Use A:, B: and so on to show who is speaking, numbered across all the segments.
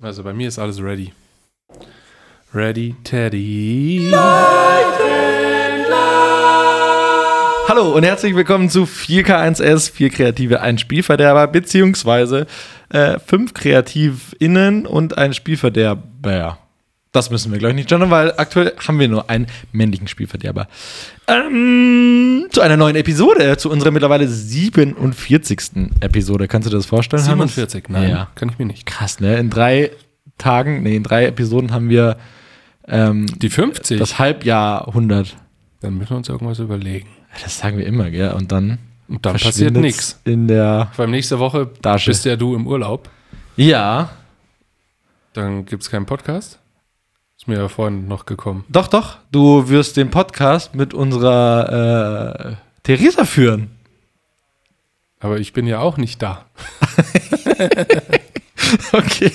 A: Also bei mir ist alles ready. Ready, Teddy.
B: Hallo und herzlich willkommen zu 4K1S, 4 Kreative, ein Spielverderber, beziehungsweise äh, 5 KreativInnen und ein Spielverderber. Das müssen wir, glaube ich, nicht gendern, weil aktuell haben wir nur einen männlichen Spielverderber. Ähm, zu einer neuen Episode, zu unserer mittlerweile 47. Episode. Kannst du dir das vorstellen? Hannes?
A: 47, nein,
B: Ja.
A: kann ich mir nicht.
B: Krass, ne? In drei Tagen, nee, in drei Episoden haben wir ähm,
A: Die 50?
B: das Halbjahrhundert.
A: Dann müssen wir uns irgendwas überlegen.
B: Das sagen wir immer, gell? Und dann,
A: Und dann passiert
B: verschwindet's
A: nichts.
B: In der
A: Vor allem nächste Woche
B: Dasche.
A: bist ja du im Urlaub.
B: Ja,
A: Dann gibt es keinen Podcast. Ist mir ja vorhin noch gekommen.
B: doch, doch. Du wirst den Podcast mit unserer äh, Theresa führen.
A: Aber ich bin ja auch nicht da.
B: Okay.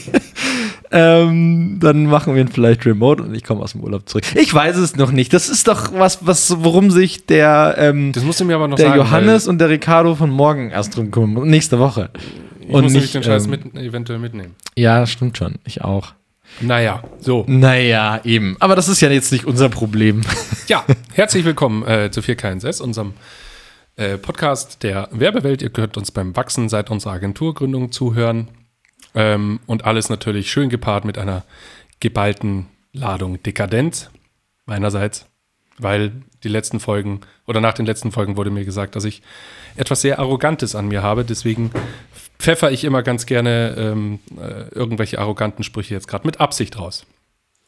B: Ähm, dann machen wir ihn vielleicht remote und ich komme aus dem Urlaub zurück. Ich weiß es noch nicht. Das ist doch was, was worum sich der, ähm,
A: Das musst du mir aber noch
B: der
A: sagen.
B: Johannes und der Ricardo von morgen erst drum kümmern. Nächste Woche.
A: weil ich muss nämlich den Scheiß
B: ähm,
A: mit, eventuell mitnehmen.
B: Ja, stimmt schon. Ich auch.
A: Naja, so.
B: Naja, eben. Aber das ist ja jetzt nicht unser Problem.
A: Ja, herzlich willkommen äh, zu 4KNSS, unserem äh, Podcast der Werbewelt. Ihr könnt uns beim Wachsen seit unserer Agenturgründung zuhören. Ähm, und alles natürlich schön gepaart mit einer geballten Ladung Dekadenz meinerseits, weil die letzten Folgen oder nach den letzten Folgen wurde mir gesagt, dass ich etwas sehr Arrogantes an mir habe. Deswegen pfeffer ich immer ganz gerne ähm, äh, irgendwelche arroganten Sprüche jetzt gerade mit Absicht raus.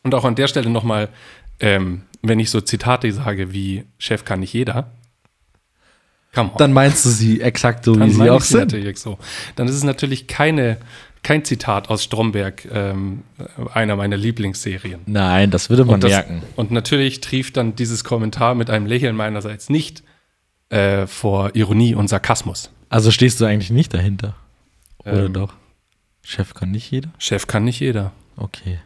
A: Und auch an der Stelle nochmal, ähm, wenn ich so Zitate sage wie Chef kann nicht jeder, come on,
B: Dann meinst du sie exakt so, wie
A: dann
B: sie
A: meine
B: auch
A: ich sie
B: sind.
A: natürlich so. Dann ist es natürlich keine, kein Zitat aus Stromberg, ähm, einer meiner Lieblingsserien.
B: Nein, das würde man
A: Und, das,
B: merken.
A: und natürlich trieft dann dieses Kommentar mit einem Lächeln meinerseits nicht äh, vor Ironie und Sarkasmus.
B: Also stehst du eigentlich nicht dahinter. Oder
A: Ähm.
B: doch? Chef kann nicht jeder?
A: Chef kann nicht jeder.
B: Okay.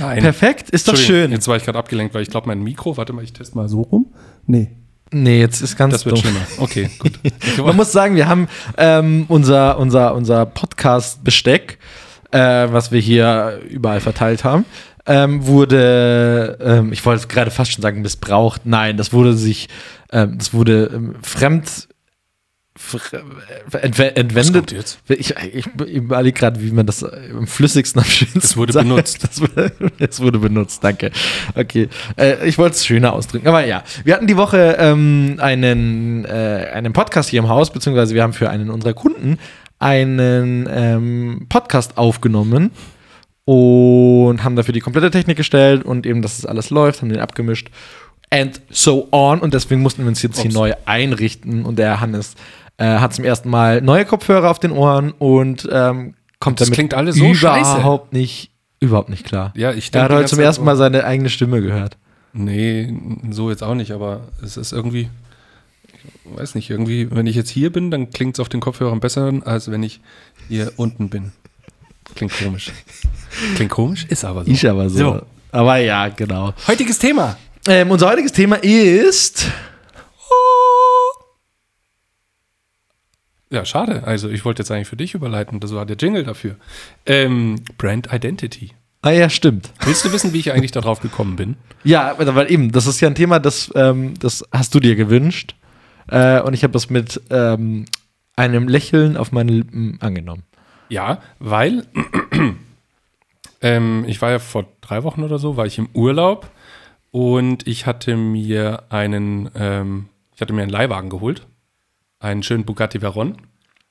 A: Nein.
B: Perfekt, ist doch
A: Entschuldigung,
B: schön.
A: Jetzt war ich gerade abgelenkt, weil ich glaube, mein Mikro, warte mal, ich teste mal so rum. Nee.
B: nee, jetzt ist ganz
A: Das wird
B: dumm.
A: schlimmer. Okay, gut.
B: Man muss sagen, wir haben ähm, unser, unser, unser Podcast-Besteck, äh, was wir hier überall verteilt haben, ähm, wurde, ähm, ich wollte gerade fast schon sagen, missbraucht. Nein, das wurde sich, ähm, das wurde ähm, fremd fre- entwe- entwendet.
A: kommt jetzt?
B: Ich, ich überlege gerade, wie man das äh, am flüssigsten am schönsten
A: Es wurde
B: sagt.
A: benutzt.
B: Das wurde, es wurde benutzt, danke. Okay, äh, ich wollte es schöner ausdrücken. Aber ja, wir hatten die Woche ähm, einen, äh, einen Podcast hier im Haus, beziehungsweise wir haben für einen unserer Kunden einen ähm, Podcast aufgenommen und haben dafür die komplette Technik gestellt und eben, dass es alles läuft, haben den abgemischt and so on. Und deswegen mussten wir uns jetzt hier
A: Ups.
B: neu einrichten und der Hannes äh, hat zum ersten Mal neue Kopfhörer auf den Ohren und ähm, kommt
A: Das
B: damit
A: klingt alles so
B: überhaupt nicht überhaupt nicht klar.
A: Ja, ich
B: Er
A: denk
B: hat
A: die
B: heute
A: ganze
B: zum
A: Zeit um.
B: ersten
A: so.
B: Mal seine eigene Stimme gehört.
A: Nee, so jetzt auch nicht, aber es ist irgendwie, ich weiß nicht, irgendwie, wenn ich jetzt hier bin, dann klingt es auf den Kopfhörern besser, als wenn ich hier unten bin. Klingt komisch. Klingt komisch, ist aber so.
B: Ich aber so.
A: So.
B: Aber ja, genau.
A: Heutiges Thema.
B: Ähm, unser heutiges Thema ist.
A: Ja, schade. Also ich wollte jetzt eigentlich für dich überleiten, das war der Jingle dafür. Ähm, Brand Identity.
B: Ah ja, stimmt.
A: Willst du wissen, wie ich eigentlich darauf gekommen bin?
B: Ja, weil weil eben, das ist ja ein Thema, das, ähm, das hast du dir gewünscht. Äh, und ich habe das mit ähm, einem Lächeln auf meine Lippen angenommen.
A: Ja, weil ähm, ich war ja vor drei Wochen oder so, war ich im Urlaub und ich hatte mir einen, ähm, ich hatte mir einen Leihwagen geholt, einen schönen Bugatti Veyron.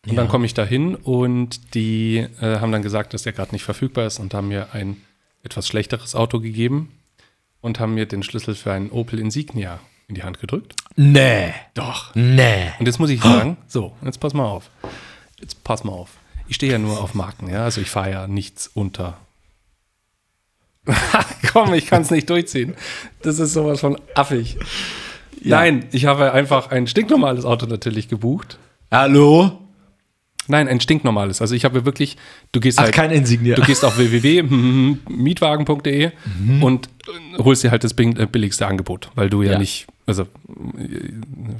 A: Und dann komme ich da hin und die äh, haben dann gesagt, dass der gerade nicht verfügbar ist und haben mir ein etwas schlechteres Auto gegeben und haben mir den Schlüssel für einen Opel Insignia in die Hand gedrückt.
B: Nee.
A: Doch.
B: Nee.
A: Und jetzt muss ich sagen, so, jetzt pass mal auf. Jetzt pass mal auf. Ich stehe ja nur auf Marken, ja. Also ich fahre ja nichts unter. Komm, ich kann es nicht durchziehen. Das ist sowas von affig. Nein, ich habe einfach ein stinknormales Auto natürlich gebucht.
B: Hallo?
A: Nein, ein stinknormales. Also ich habe wirklich, du gehst
B: Ach,
A: halt.
B: kein Insignia.
A: Du gehst auf www.mietwagen.de und holst dir halt das bing- äh, billigste Angebot, weil du ja,
B: Mhm. Ja.
A: nicht Also äh,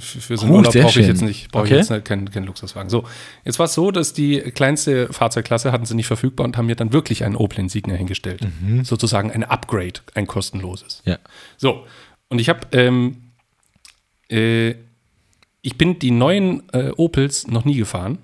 A: für, für so einen
B: Gut,
A: Urlaub
B: sehr
A: brauche ich
B: schön.
A: jetzt nicht, brauche
B: Okay.
A: ich jetzt nicht, keinen, keinen Luxuswagen. So, jetzt war es so, dass die kleinste Fahrzeugklasse hatten sie nicht verfügbar und haben mir dann wirklich einen Opel Insignia hingestellt.
B: Mhm.
A: Sozusagen ein Upgrade, ein kostenloses.
B: Ja.
A: So, und ich habe, ähm, äh, ich bin die neuen äh, Opels noch nie gefahren.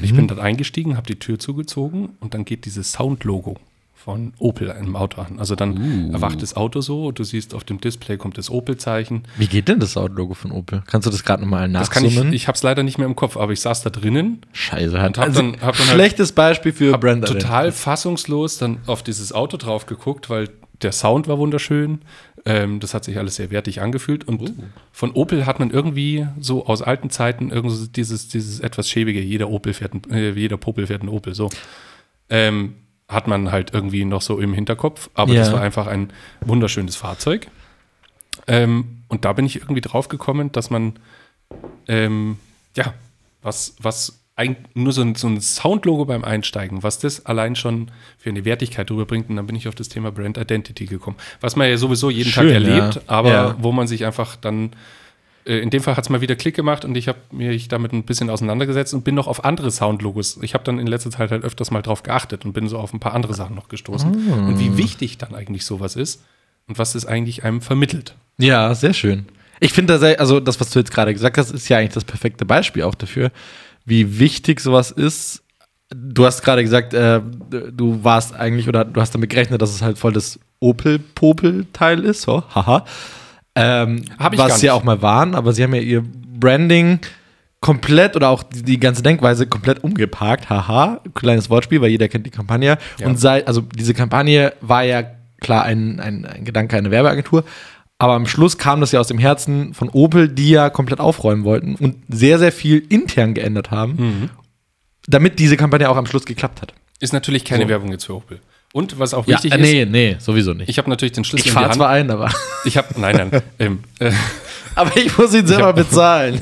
A: Ich bin dort eingestiegen, habe die Tür zugezogen und dann geht dieses Sound-Logo von Opel im Auto an. Also dann erwacht das Auto so, du siehst auf dem Display kommt das Opel-Zeichen.
B: Wie geht denn das Soundlogo von Opel? Kannst du das gerade nochmal
A: Das kann ich,
B: nachsummen?
A: ich habe es leider nicht mehr im Kopf, aber ich saß da drinnen
B: Scheiße. Hat,
A: Und hab dann- hab dann halt-
B: Also, schlechtes Beispiel für
A: hab
B: Brand Identity.
A: total fassungslos dann auf dieses Auto drauf geguckt, weil der Sound war wunderschön. Ähm, das hat sich alles sehr wertig angefühlt. Und
B: Oh.
A: von Opel hat man irgendwie so aus alten Zeiten irgend so dieses, dieses etwas schäbige, jeder Opel fährt ein, äh, jeder Popel fährt ein Opel, so. Ähm, hat man halt irgendwie noch so im Hinterkopf. Aber
B: Ja.
A: das war einfach ein wunderschönes Fahrzeug. Ähm, und da bin ich irgendwie drauf gekommen, dass man, ähm, ja, was, was ein, nur so ein, so ein Soundlogo beim Einsteigen, was das allein schon für eine Wertigkeit rüberbringt. Und dann bin ich auf das Thema Brand Identity gekommen, was man ja sowieso jeden
B: Schön,
A: Tag erlebt,
B: ja.
A: aber
B: Ja.
A: wo man sich einfach dann, äh, in dem Fall hat es mal wieder Klick gemacht und ich habe mich damit ein bisschen auseinandergesetzt und bin noch auf andere Soundlogos. Ich habe dann in letzter Zeit halt öfters mal drauf geachtet und bin so auf ein paar andere Sachen noch gestoßen. Und
B: Ah.
A: wie wichtig dann eigentlich sowas ist und was es eigentlich einem vermittelt.
B: Ja, sehr schön. Ich finde, da sei- also das, was du jetzt gerade gesagt hast, ist ja eigentlich das perfekte Beispiel auch dafür, wie wichtig sowas ist. Du hast gerade gesagt, äh, du warst eigentlich oder du hast damit gerechnet, dass es halt voll das Opel-Popel-Teil ist. So, haha. Ähm,
A: Hab ich
B: was
A: gar
B: sie
A: nicht.
B: auch mal waren, aber sie haben ja ihr Branding komplett oder auch die, die ganze Denkweise komplett umgeparkt. Haha, kleines Wortspiel, weil jeder kennt die Kampagne.
A: Ja.
B: Und seit, also diese Kampagne war ja klar ein, ein, ein Gedanke einer Werbeagentur. Aber am Schluss kam das ja aus dem Herzen von Opel, die ja komplett aufräumen wollten und sehr, sehr viel intern geändert haben,
A: Mhm.
B: damit diese Kampagne auch am Schluss geklappt hat.
A: Ist natürlich keine
B: So.
A: Werbung jetzt für Opel. Und was auch wichtig
B: äh,
A: ist,
B: nee, nee, sowieso nicht.
A: ich habe natürlich den Schlüssel
B: Ich
A: in die
B: fahre
A: Hand.
B: zwar ein, aber,
A: Ich habe, nein, nein. ähm, äh,
B: aber ich muss ihn selber bezahlen.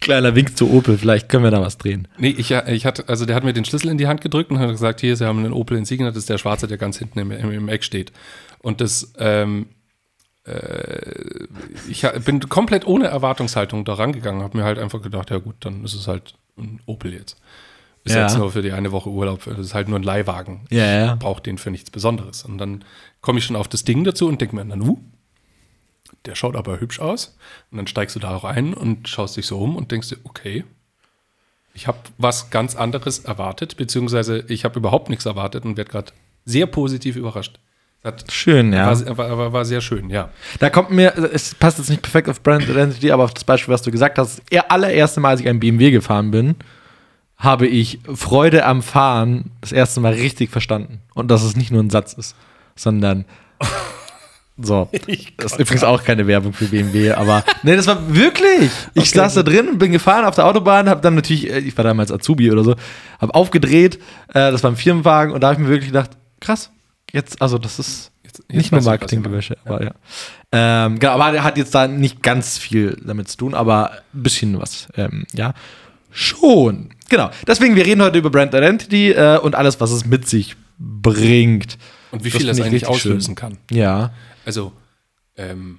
B: Kleiner Wink zu Opel, vielleicht können wir da was drehen.
A: nee, ich, äh, ich hatte, also der hat mir den Schlüssel in die Hand gedrückt und hat gesagt, hier, Sie haben einen Opel Insignia, das ist der schwarze, der ganz hinten im, im, im Eck steht. Und das, ähm, äh, ich ha- bin komplett ohne Erwartungshaltung da rangegangen, habe mir halt einfach gedacht, ja gut, dann ist es halt ein Opel jetzt. Ist
B: Ja.
A: jetzt nur für die eine Woche Urlaub, das ist halt nur ein Leihwagen.
B: Ja, ja.
A: brauche den für nichts Besonderes. Und dann komme ich schon auf das Ding dazu und denke mir, na nu, der schaut aber hübsch aus. Und dann steigst du da auch ein und schaust dich so um und denkst dir, okay, ich habe was ganz anderes erwartet, beziehungsweise ich habe überhaupt nichts erwartet und werde gerade sehr positiv überrascht. Das hat,
B: Schön, ja.
A: war, war, war, war sehr schön, ja.
B: Da kommt mir, es passt jetzt nicht perfekt auf Brand Identity, aber auf das Beispiel, was du gesagt hast, das allererste Mal, als ich einen BMW gefahren bin, habe ich Freude am Fahren das erste Mal richtig verstanden. Und dass es nicht nur ein Satz ist, sondern. So, das ist übrigens auch keine Werbung für BMW, aber nee, das war wirklich. Ich saß da drin und bin gefahren auf der Autobahn, habe dann natürlich, äh, ich war damals Azubi oder so, habe aufgedreht, äh, das war ein Firmenwagen und da habe ich mir wirklich gedacht, krass, jetzt, also das ist
A: Jetzt- jetzt
B: nicht nur
A: weiß ich, was ihr
B: Marketinggewäsche, aber ja. Ähm, genau, aber der hat jetzt da nicht ganz viel damit zu tun, aber ein bisschen was, ähm, ja. Schon. Genau. Deswegen, wir reden heute über Brand Identity äh, und alles, was es mit sich bringt.
A: Und wie
B: Das
A: viel das,
B: finde ich
A: eigentlich
B: richtig schön.
A: auslösen kann.
B: Ja.
A: Also, ähm,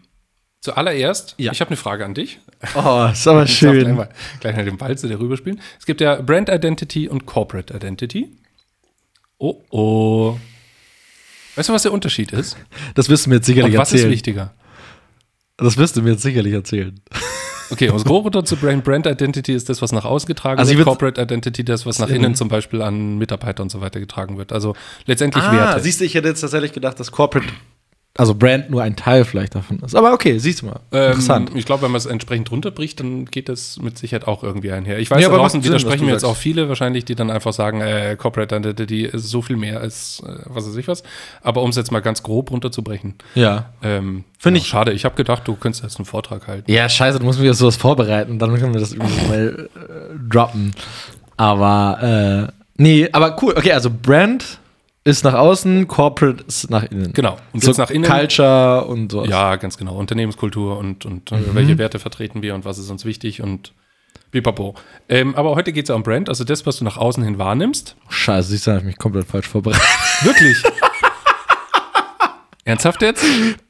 A: zuallererst,
B: Ja.
A: ich habe eine Frage an dich.
B: Oh, ist aber
A: Darf
B: schön.
A: Einmal, gleich mal den Ball zu dir rüberspielen. Es gibt ja Brand Identity und Corporate Identity. Oh oh. Weißt du, was der Unterschied ist?
B: Das wirst du mir jetzt
A: Und
B: sicherlich
A: was ist
B: erzählen.
A: wichtiger?
B: das wirst du mir jetzt sicherlich erzählen.
A: Okay, um es grob runter zu Brand, Brand Identity ist das, was nach außen getragen
B: Also ich
A: wird.
B: würd-
A: Corporate Identity das, was nach innen zum Beispiel an Mitarbeiter und so weiter getragen wird. Also letztendlich Werte.
B: Ah, siehst du, ich hätte jetzt tatsächlich gedacht, dass Corporate, also Brand nur ein Teil vielleicht davon ist. Aber okay, siehst du mal. Interessant.
A: Ähm, ich glaube, wenn man es entsprechend runterbricht, dann geht das mit Sicherheit auch irgendwie einher. Ich weiß,
B: Ja,
A: da
B: aber
A: draußen
B: macht Sinn, was
A: widersprechen
B: du
A: mir jetzt
B: sagst.
A: auch viele wahrscheinlich, die dann einfach sagen, äh, Corporate Identity ist so viel mehr als äh, was weiß ich was. Aber um es jetzt mal ganz grob runterzubrechen.
B: Ja.
A: Ähm,
B: Find
A: ja,
B: ich-
A: Schade, ich habe gedacht, du könntest jetzt einen Vortrag halten.
B: Ja, scheiße, du musst mir jetzt sowas vorbereiten, dann können wir das irgendwie so mal äh, droppen. Aber, äh, nee, aber cool. Okay, also Brand ist nach außen, Corporate ist nach innen.
A: Genau. Und
B: So
A: jetzt nach innen.
B: Culture und sowas.
A: Ja, ganz genau. Unternehmenskultur und, und äh,
B: Mhm.
A: welche Werte vertreten wir und was ist uns wichtig und pipapo. Ähm, aber heute geht es ja um Brand, also das, was du nach außen hin wahrnimmst.
B: Scheiße, siehst du, habe ich mich komplett falsch vorbereitet.
A: Wirklich. Ernsthaft jetzt?
B: Piep.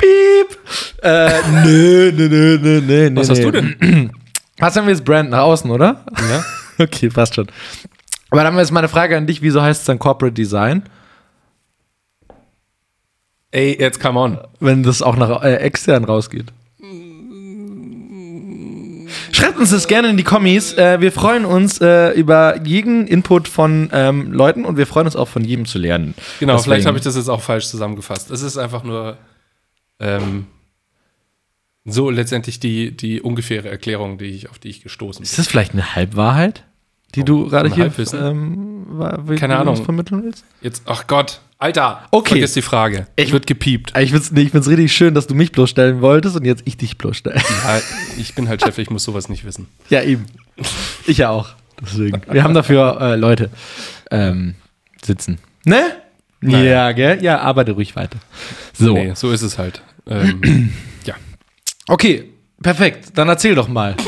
B: Piep. Äh, nö, nö, nö, nö, nö.
A: Was
B: nö,
A: hast du
B: nö.
A: denn?
B: Was haben wir jetzt Brand nach außen, oder?
A: Ja.
B: Okay, passt schon. Aber dann haben wir jetzt meine Frage an dich, wieso heißt es dann Corporate Design?
A: Ey, jetzt come on. Genau,
B: wenn das auch nach äh, extern rausgeht. Schreibt uns das gerne in die Kommis. Äh, wir freuen uns äh, über jeden Input von ähm, Leuten und wir freuen uns auch von jedem zu lernen.
A: Genau, vielleicht habe ich
B: das.
A: das jetzt auch falsch zusammengefasst. Es ist einfach nur ähm, so letztendlich die, die ungefähre Erklärung, die ich, auf die ich gestoßen bin.
B: Ist das vielleicht eine Halbwahrheit, die du gerade
A: ein
B: hier
A: Halbwissen?
B: ähm, wa- wie-
A: Keine
B: wie du uns
A: Ahnung.
B: vermitteln willst?
A: Jetzt, ach Gott, Alter,
B: Okay.
A: vergiss die Frage.
B: Ich-
A: wird gepiept.
B: Ah, Ich finde es nee, ich find's richtig schön, dass du mich bloßstellen wolltest und jetzt ich dich bloßstelle.
A: Ja, ich bin halt Chef, ich muss sowas nicht wissen.
B: ja, eben. Ich ja auch. Deswegen. Wir haben dafür äh, Leute ähm, sitzen. Ne?
A: Naja.
B: Ja, gell? Ja, arbeite ruhig weiter. So.
A: Nee, so ist es halt. Ähm, ja.
B: Okay, perfekt. Dann erzähl doch mal.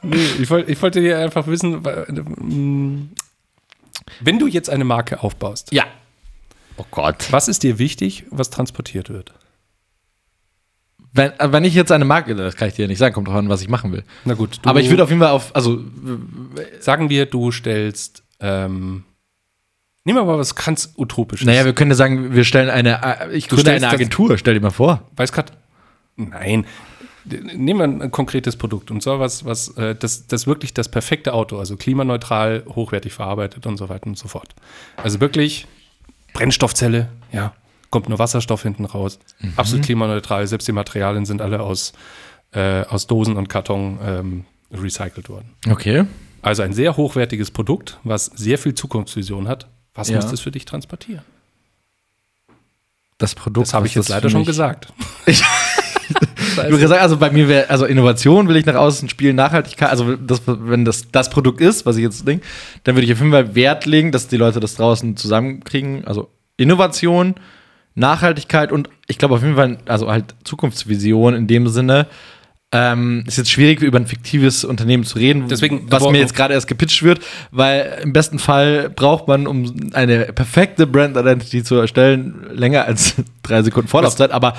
A: Nee, ich, wollt, ich wollte dir einfach wissen, wa- mm, wenn du jetzt eine Marke aufbaust,
B: Ja. Oh Gott.
A: was ist dir wichtig, was transportiert wird?
B: Wenn, äh, wenn ich jetzt eine Marke, das kann ich dir nicht sagen, kommt drauf an, was ich machen will.
A: Na gut,
B: Aber ich würde auf jeden Fall auf, also
A: Sagen wir, du stellst. Ähm, nehmen wir mal was ganz Utopisches.
B: naja, wir können ja sagen, wir stellen eine, äh, ich gründe
A: stellst
B: eine
A: das-
B: Agentur, stell dir mal vor.
A: weiß grad. Nein. Nehmen wir ein ein konkretes Produkt und so was, was äh, das, das wirklich das perfekte Auto, also klimaneutral, hochwertig verarbeitet und so weiter und so fort. Also wirklich Brennstoffzelle, ja, kommt nur Wasserstoff hinten raus,
B: Mhm.
A: absolut klimaneutral, selbst die Materialien sind alle aus, äh, aus Dosen und Karton ähm, recycelt worden.
B: Okay.
A: Also ein sehr hochwertiges Produkt, was sehr viel Zukunftsvision hat. Was
B: Ja.
A: muss das für dich transportieren?
B: Das Produkt.
A: Das habe
B: was
A: ich jetzt leider
B: für
A: schon
B: mich-
A: gesagt.
B: Ich-
A: Scheiße.
B: Du hast gesagt, also bei mir wäre, also Innovation will ich nach außen spielen, Nachhaltigkeit, also das, wenn das das Produkt ist, was ich jetzt denke, dann würde ich auf jeden Fall Wert legen, dass die Leute das draußen zusammenkriegen. Also Innovation, Nachhaltigkeit und ich glaube auf jeden Fall, also halt Zukunftsvision in dem Sinne. Ähm, ist jetzt schwierig, über ein fiktives Unternehmen zu reden,
A: Deswegen-
B: was
A: aber-
B: mir jetzt gerade erst gepitcht wird, weil im besten Fall braucht man, um eine perfekte Brand Identity zu erstellen, länger als drei Sekunden Vorlaufzeit. Aber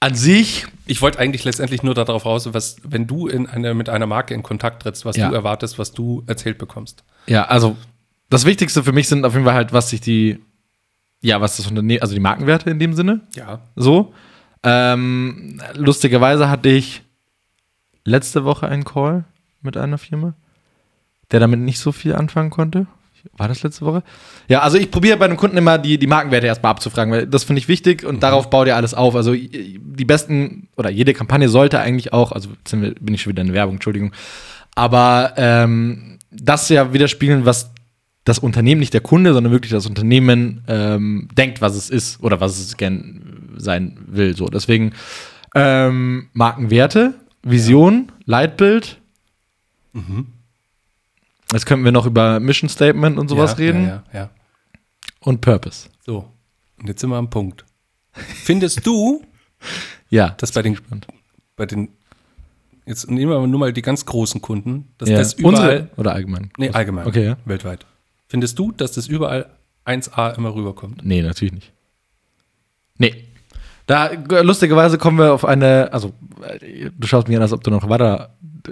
B: an sich
A: Ich wollte eigentlich letztendlich nur darauf raus, was, wenn du in eine, mit einer Marke in Kontakt trittst, was
B: Ja.
A: du erwartest, was du erzählt bekommst.
B: Ja, also das Wichtigste für mich sind auf jeden Fall halt, was sich die, ja, was das Unternehmen, also die Markenwerte in dem Sinne,
A: Ja.
B: so. Ähm, lustigerweise hatte ich letzte Woche einen Call mit einer Firma, der damit nicht so viel anfangen konnte. War das letzte Woche? Ja, also ich probiere bei einem Kunden immer die, die Markenwerte erstmal abzufragen, weil das finde ich wichtig
A: Mhm.
B: und darauf baut ihr alles auf. Also i- die besten oder jede Kampagne sollte eigentlich auch, also jetzt sind wir, bin ich schon wieder in der Werbung, Entschuldigung, aber ähm, das ja widerspiegeln, was das Unternehmen, nicht der Kunde, sondern wirklich das Unternehmen ähm, denkt, was es ist oder was es gern sein will. So, deswegen ähm, Markenwerte, Vision, Leitbild.
A: Mhm.
B: Jetzt könnten wir noch über Mission Statement und sowas
A: ja,
B: reden
A: Ja, ja, ja.
B: und Purpose.
A: So. Und jetzt sind wir am Punkt. Findest du,
B: Ja,
A: dass bei den, bei den, jetzt nehmen wir nur mal die ganz großen Kunden, dass
B: ja.
A: das überall,
B: unsere oder allgemein. Also,
A: nee, allgemein,
B: Okay, ja.
A: weltweit. Findest du, dass das überall 1A immer rüberkommt?
B: Nee, natürlich nicht. Nee. Da, g- lustigerweise kommen wir auf eine, also äh, du schaust mich an, als ob du noch weiter, äh,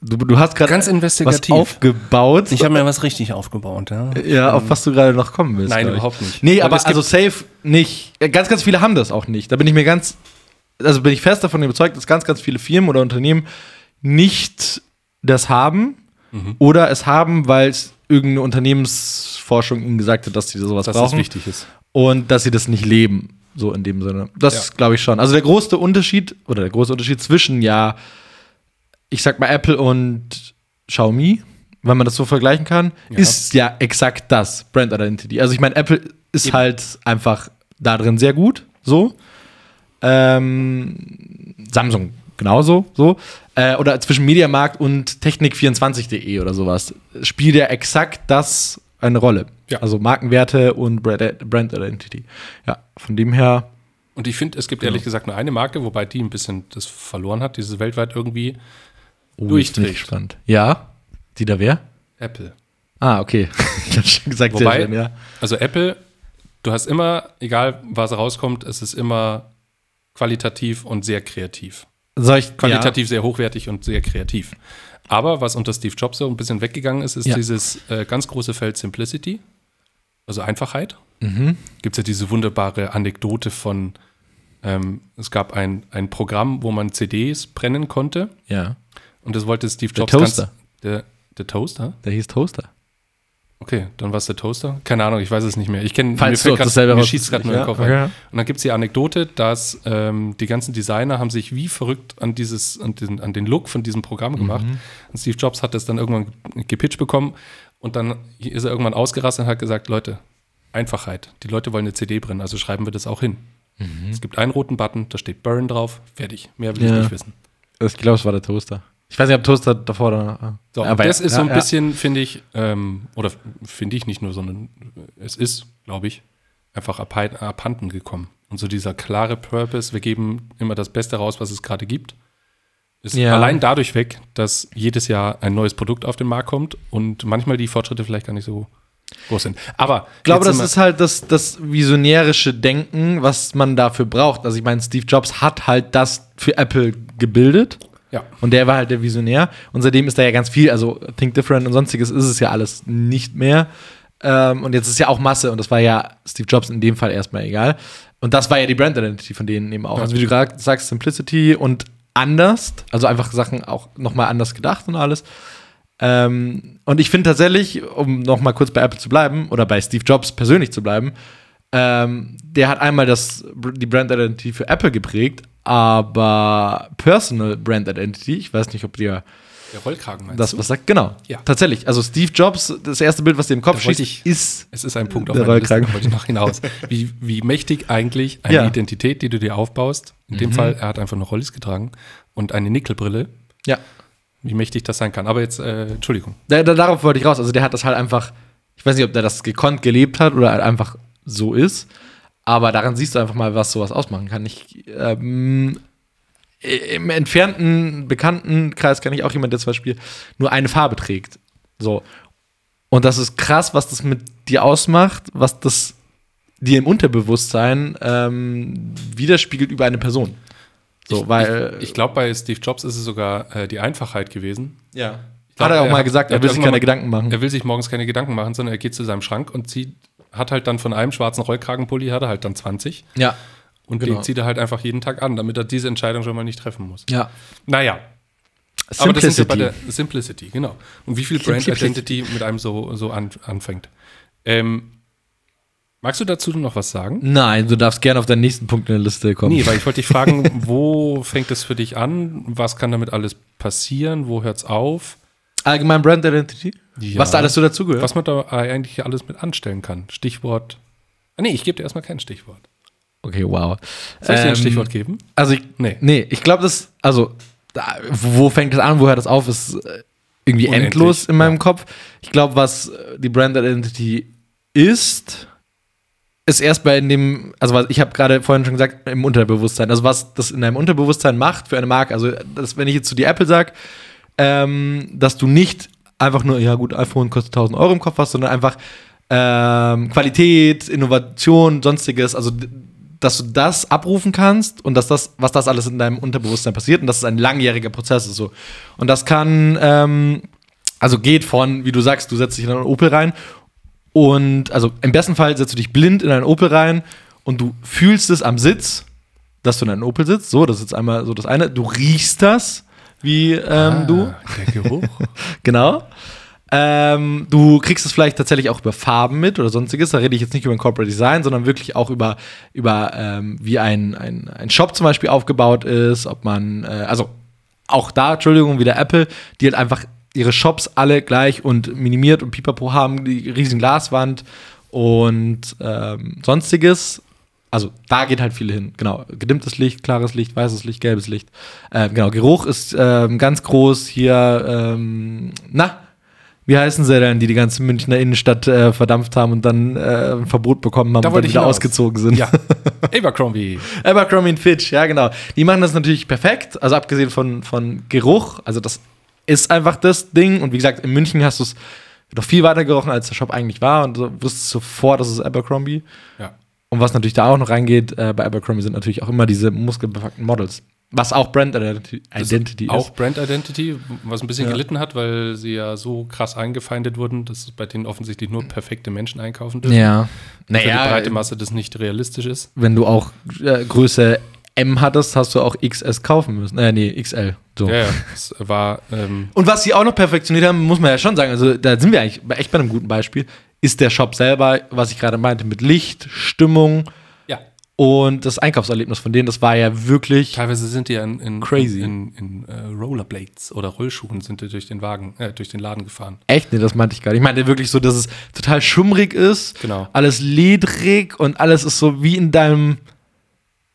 B: du, du hast gerade
A: Ganz
B: was
A: investigativ.
B: aufgebaut.
A: habe mir was richtig aufgebaut, ja.
B: Ja, auf was du gerade noch kommen willst.
A: Ähm, Nein,
B: glaub ich.
A: überhaupt nicht.
B: Nee,
A: Weil
B: aber
A: es gibt-
B: also safe nicht. Ganz, ganz viele haben das auch nicht. Da bin ich mir ganz, also bin ich fest davon überzeugt, dass ganz, ganz viele Firmen oder Unternehmen nicht das haben
A: Mhm.
B: oder es haben, weil es irgendeine Unternehmensforschung ihnen gesagt hat, dass sie sowas
A: Dass das
B: brauchen
A: wichtig ist.
B: und dass sie das nicht leben. So in dem Sinne. Das
A: Ja.
B: glaube ich schon. Also der große Unterschied oder der große Unterschied zwischen ja, ich sag mal Apple und Xiaomi, wenn man das so vergleichen kann, ist ja exakt das Brand Identity. Also ich meine, Apple ist
A: Eben.
B: halt einfach da drin sehr gut. So. Ähm, Samsung genauso so äh, oder zwischen Mediamarkt und Technik24.de oder sowas spielt ja exakt das eine Rolle.
A: Ja.
B: Also Markenwerte und Brand Brand Identity. Ja, von dem her
A: Und ich finde, es gibt ehrlich gesagt nur eine Marke, wobei die ein bisschen das verloren hat, dieses weltweit irgendwie
B: oh,
A: Durchträgt.
B: jetzt bin ich gespannt. Ja, die da wer?
A: Apple.
B: Ah, okay. ich hab schon gesagt,
A: Wobei,
B: ja.
A: also Apple Du hast immer, egal was rauskommt, es ist immer qualitativ und sehr kreativ.
B: Soll ich,
A: Qualitativ sehr hochwertig und sehr kreativ. Aber was unter Steve Jobs so ein bisschen weggegangen ist, ist
B: Ja.
A: dieses äh, ganz große Feld Simplicity, also Einfachheit.
B: Ja. Mhm.
A: Gibt es ja diese wunderbare Anekdote von, ähm, es gab ein, ein Programm, wo man CDs brennen konnte.
B: ja.
A: Und das wollte Steve
B: Der
A: Jobs. ganz-
B: Toaster.
A: Der, der Toaster?
B: Der hieß Toaster.
A: Okay, dann war es der Toaster? Keine Ahnung, ich weiß es nicht mehr. Ich kenne,
B: Falls du
A: grad-
B: dasselbe
A: mir
B: raus-
A: schießt gerade nur in
B: Ja,
A: den Kopf
B: okay.
A: ein. Und dann gibt es die Anekdote, dass ähm, die ganzen Designer haben sich wie verrückt an dieses, an den, an den Look von diesem Programm gemacht.
B: Mhm.
A: Und Steve Jobs hat das dann irgendwann gepitcht bekommen und dann ist er irgendwann ausgerastet und hat gesagt, Leute, Einfachheit. Die Leute wollen eine CD brennen, also schreiben wir das auch hin. Es gibt einen roten Button, da steht Burn drauf, fertig. Mehr will
B: Mhm. Ja.
A: ich nicht wissen.
B: Ich glaube, es war der Toaster. Ich weiß nicht, ob Toaster davor oder danach.
A: So,
B: Aber
A: das ist
B: ja,
A: so ein
B: ja.
A: bisschen, finde ich, ähm, oder f- finde ich nicht nur, sondern es ist, glaube ich, einfach abhei- abhanden gekommen. Und so dieser klare Purpose, wir geben immer das Beste raus, was es gerade gibt, ist
B: Ja.
A: allein dadurch weg, dass jedes Jahr ein neues Produkt auf den Markt kommt und manchmal die Fortschritte vielleicht gar nicht so groß sind. Aber
B: Ich glaube,
A: jetzt
B: das
A: sind
B: ist halt das, das visionärische Denken, was man dafür braucht. Also ich meine, Steve Jobs hat halt das für Apple gebildet
A: wir- ja.
B: und der war halt der Visionär. Und seitdem ist da ja ganz viel, also Think Different und sonstiges ist es ja alles nicht mehr. Ähm, und jetzt ist ja auch Masse und das war ja Steve Jobs in dem Fall erstmal egal. Und das war ja die Brand Identity von denen eben auch. Also wie du gerade sagst, Simplicity und anders, also einfach Sachen auch nochmal anders gedacht und alles. Ähm, und ich finde tatsächlich, um nochmal kurz bei Apple zu bleiben oder bei Steve Jobs persönlich zu bleiben, ähm, der hat einmal das, die Brand Identity für Apple geprägt, aber Personal Brand Identity, ich weiß nicht, ob dir
A: der Rollkragen meinst
B: das
A: du?
B: was sagt. Genau,
A: Ja.
B: tatsächlich. Also Steve Jobs, das erste Bild, was dir im Kopf
A: Da wollte
B: schießt,
A: ich-
B: ist
A: Es ist ein Punkt
B: Der
A: meiner Liste,
B: Rollkragen.
A: da wollte ich noch hinaus. Wie, wie mächtig eigentlich eine
B: Ja. Mhm.
A: Identität, die du dir aufbaust, in dem Fall, er hat einfach eine Rollis getragen und eine Nickelbrille,
B: ja.
A: wie mächtig das sein kann. Aber jetzt, äh, Entschuldigung.
B: Da, da, darauf wollte ich raus. Also der hat das halt einfach, ich weiß nicht, ob der das gekonnt gelebt hat oder halt einfach so ist. Aber daran siehst du einfach mal, was sowas ausmachen kann. Ich, ähm, Im entfernten Bekanntenkreis kenne ich auch jemanden, der zum Beispiel nur eine Farbe trägt. So. Und das ist krass, was das mit dir ausmacht, was das dir im Unterbewusstsein ähm, widerspiegelt über eine Person. So,
A: ich,
B: weil.
A: Ich, ich glaube, bei Steve Jobs ist es sogar äh, die Einfachheit gewesen.
B: ja.
A: glaub,
B: hat er auch
A: er
B: mal
A: hat-
B: gesagt,
A: er
B: er
A: hat
B: will sich
A: irgendwann
B: keine
A: mal-
B: Gedanken machen.
A: Er will sich morgens keine Gedanken machen, sondern er geht zu seinem Schrank und zieht, hat halt dann von einem schwarzen Rollkragenpulli, hat er halt dann 20.
B: ja.
A: Und
B: Genau.
A: den zieht er halt einfach jeden Tag an, damit er diese Entscheidung schon mal nicht treffen muss.
B: Ja.
A: Naja, Aber das sind wir bei der Simplicity, genau. Und wie viel Brand
B: Simplicity.
A: Identity mit einem so, so an, anfängt. Ähm, magst du dazu noch was sagen?
B: Nein, du darfst gerne auf deinen nächsten Punkt in der Liste kommen.
A: Nee, weil ich wollte dich fragen, wo fängt es für dich an? Was kann damit alles passieren? Wo hört es auf?
B: Allgemein Brand Identity?
A: Ja.
B: Was da alles so dazugehört?
A: Was man da eigentlich alles mit anstellen kann? Stichwort. Ah, nee, ich gebe dir erstmal kein Stichwort.
B: Okay, wow.
A: Soll ich dir
B: Ähm,
A: ein Stichwort geben?
B: Also, ich,
A: Nee.
B: nee. nee, ich glaube, das, also, da, wo fängt das an, wo hört das auf, ist äh, irgendwie
A: Unendlich,
B: endlos in meinem Kopf. Ich glaube, was äh, die Brand Identity ist, ist erst bei dem, also was, ich habe gerade vorhin schon gesagt, im Unterbewusstsein. Also, was das in deinem Unterbewusstsein macht für eine Marke. Also, das, wenn ich jetzt zu dir Apple sage, ähm, dass du nicht einfach nur, ja gut, iPhone kostet 1000 Euro im Kopf hast, sondern einfach ähm, Qualität, Innovation, sonstiges, also d- dass du das abrufen kannst und dass das, was das alles in deinem Unterbewusstsein passiert und dass es ein langjähriger Prozess ist so. Und das kann, ähm, also geht von, wie du sagst, du setzt dich in einen Opel rein und also im besten Fall setzt du dich blind in einen Opel rein und du fühlst es am Sitz, dass du in einem Opel sitzt. So, das ist jetzt einmal so das eine. Du riechst das, wie ähm, du.
A: Ah, Der Geruch.
B: Genau. Ähm, du kriegst es vielleicht tatsächlich auch über Farben mit oder sonstiges. Da rede ich jetzt nicht über ein Corporate Design, sondern wirklich auch über, über ähm, wie ein, ein, ein Shop zum Beispiel aufgebaut ist, ob man, äh, also auch da, Entschuldigung, wieder Apple, die halt einfach ihre Shops alle gleich und minimiert und pipapo haben, die riesen Glaswand und ähm, sonstiges. Also da geht halt viel hin. Genau, gedimmtes Licht, klares Licht, weißes Licht, gelbes Licht. Äh, genau, Geruch ist ähm, ganz groß hier. Ähm, na, wie heißen sie denn, die die ganze Münchner Innenstadt äh, verdampft haben und dann äh, ein Verbot bekommen haben
A: Da
B: und
A: wollte
B: dann
A: ich
B: wieder
A: hinaus.
B: ausgezogen sind?
A: ja. Abercrombie.
B: Abercrombie und Fitch, ja genau. Die machen das natürlich perfekt, also abgesehen von, von Geruch. Also das ist einfach das Ding. Und wie gesagt, in München hast du es doch viel weiter gerochen, als der Shop eigentlich war und so, wusste sofort, das ist Abercrombie.
A: Ja.
B: Und was natürlich da auch noch reingeht, äh, bei Abercrombie sind natürlich auch immer diese muskelbepackten Models. Was auch Brand Identi-
A: Das
B: Identity
A: Auch
B: ist.
A: Brand Identity, was ein bisschen
B: Ja.
A: gelitten hat, weil sie ja so krass angefeindet wurden, dass bei denen offensichtlich nur perfekte Menschen einkaufen dürfen.
B: Ja.
A: Für die
B: Naja,
A: breite Masse das nicht realistisch ist.
B: wenn du auch äh, Größe M hattest, hast du auch XS kaufen müssen. Äh, nee, XL. So.
A: Ja, ja. Es war, ähm,
B: Und was sie auch noch perfektioniert haben, muss man ja schon sagen, also da sind wir eigentlich bei- echt bei einem guten Beispiel, ist der Shop selber, was ich gerade meinte, mit Licht, Stimmung
A: ja.
B: und das Einkaufserlebnis von denen, das war ja wirklich.
A: Teilweise sind die ja in, in,
B: Crazy.
A: in, in, äh, Rollerblades oder Rollschuhen sind die durch den Wagen, äh, durch den Laden gefahren.
B: Echt? Nee, das meinte ich gar nicht. Ich meinte wirklich so, dass es total schummrig ist.
A: Genau.
B: Alles ledrig und alles ist so wie in deinem.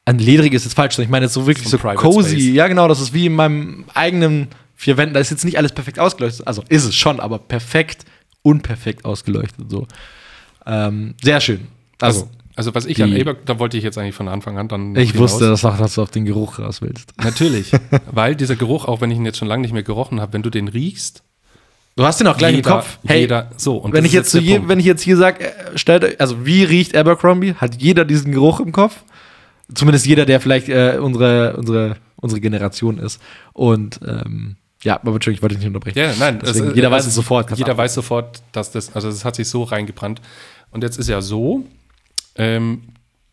B: An ledrig ist jetzt falsch, sondern ich meine jetzt so wirklich
A: So
B: so,
A: ein Private
B: cozy.
A: Space.
B: Ja, genau, das ist wie in meinem eigenen vier Wänden. Da ist jetzt nicht alles perfekt ausgeleuchtet. Also ist es schon, aber perfekt, unperfekt ausgeleuchtet. So. Ähm, sehr schön. Also,
A: Also, also was ich
B: die-
A: an Eber, da wollte ich jetzt eigentlich von Anfang an dann.
B: ich
A: hinaus.
B: wusste, dass du- dass du auf den Geruch raus willst.
A: Natürlich, weil dieser Geruch, auch wenn ich ihn jetzt schon lange nicht mehr gerochen habe, wenn du den riechst,
B: Du hast den auch gleich
A: jeder,
B: im Kopf.
A: jeder, so. Und
B: wenn
A: das ist
B: ich, jetzt zu
A: der
B: je,
A: Punkt.
B: wenn ich jetzt hier sage, äh, stellt euch, also wie riecht Abercrombie? Hat jeder diesen Geruch im Kopf? Zumindest jeder, der vielleicht äh, unsere, unsere, unsere Generation ist. Und ähm, ja, aber Entschuldigung, ich wollte dich nicht unterbrechen.
A: Ja, nein,
B: Deswegen,
A: es-
B: jeder weiß
A: also
B: es sofort. kannst
A: Jeder
B: ab-
A: weiß sofort, dass das, also es hat sich so reingebrannt. Und jetzt ist ja so, ähm,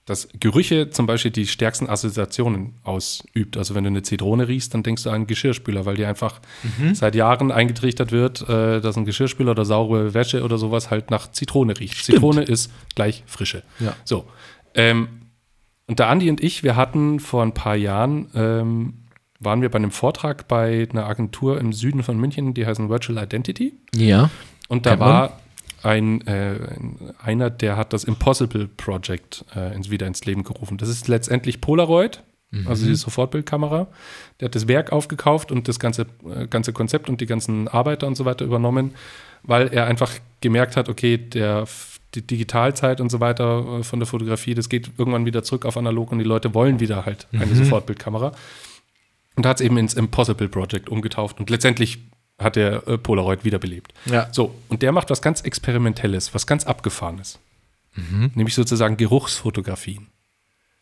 A: dass Gerüche zum Beispiel die stärksten Assoziationen ausübt. Also wenn du eine Zitrone riechst, dann denkst du an einen Geschirrspüler, weil die einfach
B: Mhm.
A: seit Jahren eingetrichtert wird, äh, dass ein Geschirrspüler oder saure Wäsche oder sowas halt nach Zitrone riecht. Zitrone ist gleich Frische.
B: Ja.
A: So. Ähm, und der Andi und ich, wir hatten vor ein paar Jahren, ähm, waren wir bei einem Vortrag bei einer Agentur im Süden von München, die heißen Virtual Identity.
B: Ja.
A: Und da
B: Kennt man.
A: war ein, äh, ein- einer, der hat das Impossible Project äh, ins, wieder ins Leben gerufen. Das ist letztendlich Polaroid, also die Sofortbildkamera. Der hat das Werk aufgekauft und das ganze, äh, ganze Konzept und die ganzen Arbeiter und so weiter übernommen, weil er einfach gemerkt hat, okay, der F- die Digitalzeit und so weiter äh, von der Fotografie, das geht irgendwann wieder zurück auf analog und die Leute wollen wieder halt eine Sofortbildkamera. Und hat es eben ins Impossible Project umgetauft und letztendlich hat er äh, Polaroid wiederbelebt.
B: Ja.
A: So, und der macht was ganz Experimentelles, was ganz Abgefahrenes. Nämlich sozusagen Geruchsfotografien.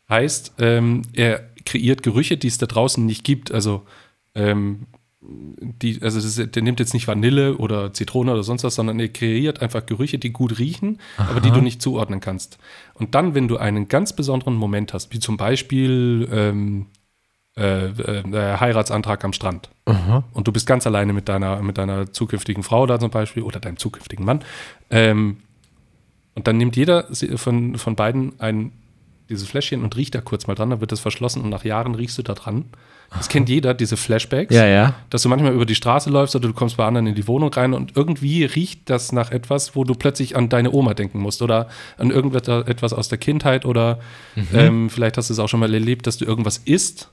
A: Heißt, ähm, er kreiert Gerüche, die es da draußen nicht gibt. Also, ähm, die, also das, ist- der nimmt jetzt nicht Vanille oder Zitrone oder sonst was, sondern er kreiert einfach Gerüche, die gut riechen, aber die du nicht zuordnen kannst. Und dann, wenn du einen ganz besonderen Moment hast, wie zum Beispiel ähm, äh, äh, der Heiratsantrag am Strand und du bist ganz alleine mit deiner, mit deiner zukünftigen Frau da zum Beispiel oder deinem zukünftigen Mann. Ähm, und dann nimmt jeder sie- von, von beiden ein dieses Fläschchen und riecht da kurz mal dran, dann wird das verschlossen und nach Jahren riechst du da dran. Das kennt jeder, diese Flashbacks,
B: Ja, ja.
A: dass du manchmal über die Straße läufst oder du kommst bei anderen in die Wohnung rein und irgendwie riecht das nach etwas, wo du plötzlich an deine Oma denken musst oder an irgendetwas etwas aus der Kindheit oder
B: Mhm.
A: ähm, vielleicht hast du es auch schon mal erlebt, dass du irgendwas isst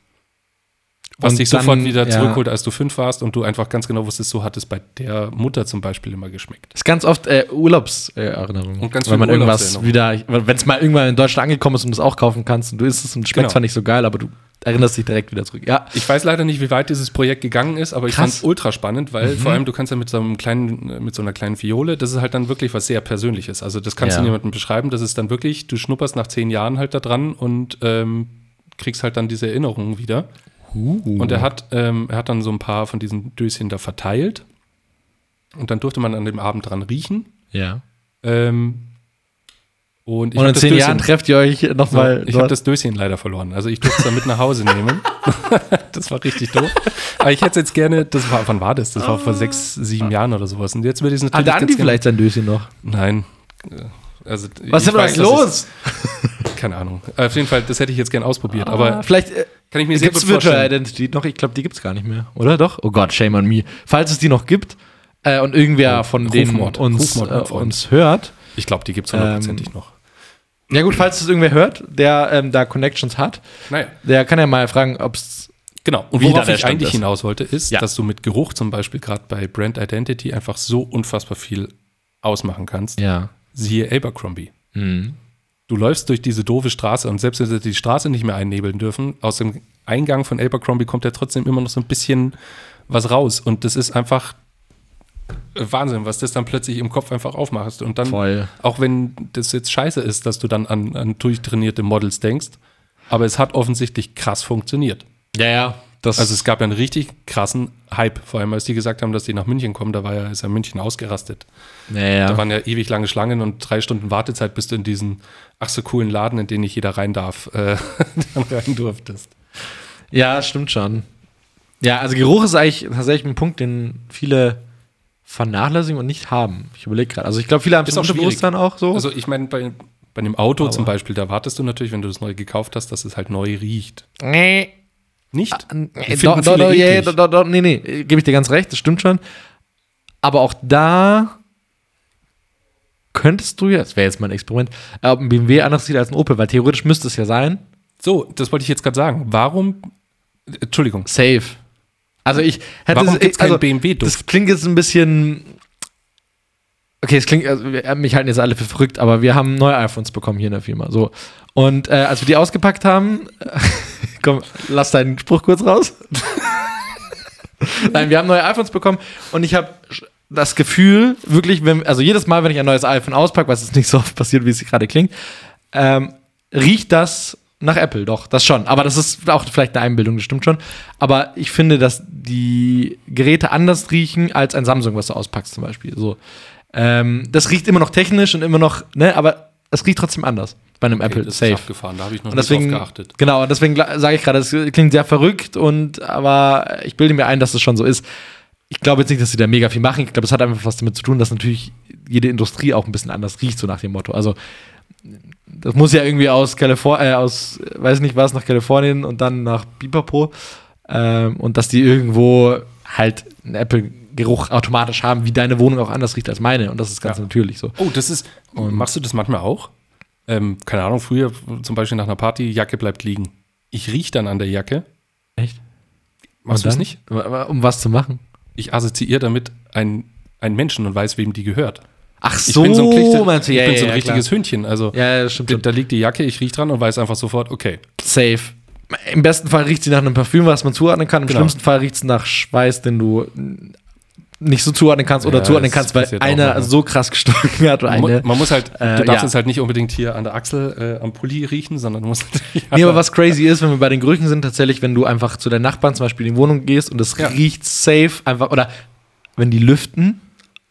A: was
B: Und
A: dich
B: dann-
A: sofort wieder
B: ja.
A: zurückholt, als du fünf warst und du einfach ganz genau wusstest, so hat es bei der Mutter zum Beispiel immer geschmeckt.
B: Das ist ganz oft äh, Urlaubserinnerung.
A: Und ganz
B: wenn
A: viel
B: man irgendwas
A: Urlaubserinnerung.
B: wieder, wenn es mal irgendwann in Deutschland angekommen ist und du es auch kaufen kannst und du isst es und schmeckt
A: Genau.
B: zwar nicht so geil, aber du erinnerst dich direkt wieder zurück. Ja.
A: Ich weiß leider nicht, wie weit dieses Projekt gegangen ist, aber ich
B: Krass. Mhm.
A: fand es ultra spannend, weil vor allem du kannst ja mit so einem kleinen, äh, mit so einer kleinen Fiole, das ist halt dann wirklich was sehr Persönliches. Also das kannst
B: Ja.
A: du niemandem beschreiben. Das ist dann wirklich, du schnupperst nach zehn Jahren halt da dran und ähm, kriegst halt dann diese Erinnerungen wieder. Und
B: Uh.
A: er hat, ähm, er hat dann so ein paar von diesen Döschen da verteilt. Und dann durfte man an dem Abend dran riechen.
B: ja.
A: Ähm, und ich
B: Und
A: hab
B: in
A: das
B: zehn
A: Döschen-
B: Jahren trefft ihr euch
A: So,
B: nochmal.
A: ich habe das Döschen leider verloren. Also ich durfte es dann mit nach Hause nehmen. das war richtig doof. Aber ich hätte es jetzt gerne, das war, wann war das? Das war vor sechs, sieben Jahren oder sowas. Und jetzt würde ich es
B: Hat
A: natürlich
B: Ah, der Andi
A: ganz gerne-
B: vielleicht sein Döschen noch?
A: Nein. Also,
B: Was
A: ich
B: ist denn
A: weiß, dass
B: was los?
A: es- Keine Ahnung. Auf jeden Fall, das hätte ich jetzt gerne ausprobiert. Aber
B: Vielleicht äh,
A: kann Ah, ich mir sehr
B: gibt
A: gut
B: es Virtual
A: vorstellen.
B: Identity noch. Ich glaube, die gibt es gar nicht mehr, oder? Doch? Oh Gott, shame on me. Falls es die noch gibt äh, und irgendwer von denen
A: Oh, Rufmord.
B: uns,
A: Rufmord, mein
B: äh,
A: Freund.
B: uns hört.
A: Ich glaube, die gibt es hundertprozentig
B: Ähm,
A: noch.
B: Ja gut, falls es irgendwer hört, der ähm, da Connections hat,
A: Naja.
B: der kann ja mal fragen, ob es
A: Genau. Und
B: Wie da
A: worauf
B: der
A: ich
B: Stand
A: eigentlich
B: ist.
A: hinaus wollte, ist,
B: Ja.
A: dass du mit Geruch zum Beispiel gerade bei Brand Identity einfach so unfassbar viel ausmachen kannst.
B: ja.
A: Siehe Abercrombie.
B: Mhm.
A: Du läufst durch diese doofe Straße und selbst wenn sie die Straße nicht mehr einnebeln dürfen, aus dem Eingang von Abercrombie kommt ja trotzdem immer noch so ein bisschen was raus. Und das ist einfach Wahnsinn, was das dann plötzlich im Kopf einfach aufmachst. Und dann,
B: Voll.
A: auch wenn das jetzt scheiße ist, dass du dann an, an durchtrainierte Models denkst, aber es hat offensichtlich krass funktioniert.
B: Ja, ja. Das
A: Also es gab ja einen richtig krassen Hype, vor allem als die gesagt haben, dass die nach München kommen, da war ja, ist ja München ausgerastet.
B: ja, ja.
A: Da waren ja ewig lange Schlangen und drei Stunden Wartezeit, bis du in diesen ach so coolen Laden, in den nicht jeder rein darf, äh, dann rein durftest.
B: Ja, stimmt schon. Ja, also Geruch ist eigentlich tatsächlich ein Punkt, den viele vernachlässigen und nicht haben. Ich überlege gerade. Also ich glaube, viele haben es
A: Ist auch
B: unbewusst
A: schwierig.
B: dann auch so.
A: Also ich meine, bei, bei einem Auto zum Beispiel, da wartest du natürlich, wenn du das neu gekauft hast, dass es halt neu riecht.
B: nee.
A: Nicht?
B: Äh,
A: Finden
B: do, do,
A: viele
B: do, yeah,
A: eklig.
B: do, do, do, nee, nee, äh, gebe ich dir ganz recht, das stimmt schon. Aber auch da könntest du ja, das wäre jetzt mal ein Experiment, äh, ob ein BMW anders sieht als ein Opel, weil theoretisch müsste es ja sein.
A: So, das wollte ich jetzt gerade sagen. Warum, Entschuldigung,
B: Safe. Also ich hätte
A: warum gibt es keinen
B: also,
A: BMW-Duft?
B: Das klingt jetzt ein bisschen. Okay, es klingt, also wir, mich halten jetzt alle für verrückt, aber wir haben neue iPhones bekommen hier in der Firma. So. Und äh, als wir die ausgepackt haben, komm, lass deinen Spruch kurz raus. Nein, wir haben neue iPhones bekommen und ich habe das Gefühl, wirklich, wenn, also jedes Mal, wenn ich ein neues iPhone auspacke, was jetzt nicht so oft passiert, wie es gerade klingt, ähm, riecht das nach Apple, doch, das schon. Aber das ist auch vielleicht eine Einbildung, das stimmt schon. Aber ich finde, dass die Geräte anders riechen als ein Samsung, was du auspackst zum Beispiel. So. Ähm, das riecht immer noch technisch und immer noch, ne, aber es riecht trotzdem anders bei einem
A: Okay,
B: Apple.
A: das ist
B: Safe.
A: abgefahren, da habe ich noch
B: Und
A: nicht drauf
B: deswegen,
A: geachtet.
B: genau, und deswegen sage ich gerade, es klingt sehr verrückt und, aber ich bilde mir ein, dass es schon so ist. Ich glaube jetzt nicht, dass sie da mega viel machen. Ich glaube, es hat einfach was damit zu tun, dass natürlich jede Industrie auch ein bisschen anders riecht, so nach dem Motto. Also, das muss ja irgendwie aus Kalifornien, äh, aus, äh, weiß nicht was, nach Kalifornien und dann nach Bipapo. Ähm, und dass die irgendwo halt einen Apple-Geruch automatisch haben, wie deine Wohnung auch anders riecht als meine. Und das ist ganz
A: Ja.
B: natürlich so.
A: Oh, das ist. machst du das manchmal auch? Ähm, keine Ahnung, früher zum Beispiel nach einer Party, Jacke bleibt liegen. Ich rieche dann an der Jacke.
B: Echt?
A: Machst du
B: das
A: es nicht?
B: Um was zu machen?
A: Ich assoziiere damit einen, einen Menschen und weiß, wem die gehört.
B: Ach
A: Ich
B: so,
A: bin so ein, Klichte,
B: meinst du?
A: ich
B: Ja,
A: bin
B: ja,
A: so ein
B: ja,
A: richtiges Hündchen. Also
B: klar. Ja, das stimmt.
A: da, da liegt die Jacke, ich rieche dran und weiß einfach sofort, okay.
B: Safe. Im besten Fall riecht sie nach einem Parfüm, was man zuordnen kann. Im
A: Genau.
B: schlimmsten Fall riecht sie nach Schweiß, den du n- nicht so zuordnen kannst oder
A: Ja,
B: zuordnen
A: das
B: kannst, weil
A: passiert auch
B: einer
A: manchmal.
B: so krass gestunken hat oder
A: Man, mu-
B: eine.
A: man muss halt,
B: Äh,
A: du darfst
B: ja.
A: es halt nicht unbedingt hier an der Achsel äh, am Pulli riechen, sondern du musst natürlich.
B: Nee, aber was crazy ist, wenn wir bei den Gerüchen sind, tatsächlich, wenn du einfach zu deinen Nachbarn zum Beispiel in die Wohnung gehst und es
A: Ja.
B: riecht safe einfach, oder wenn die lüften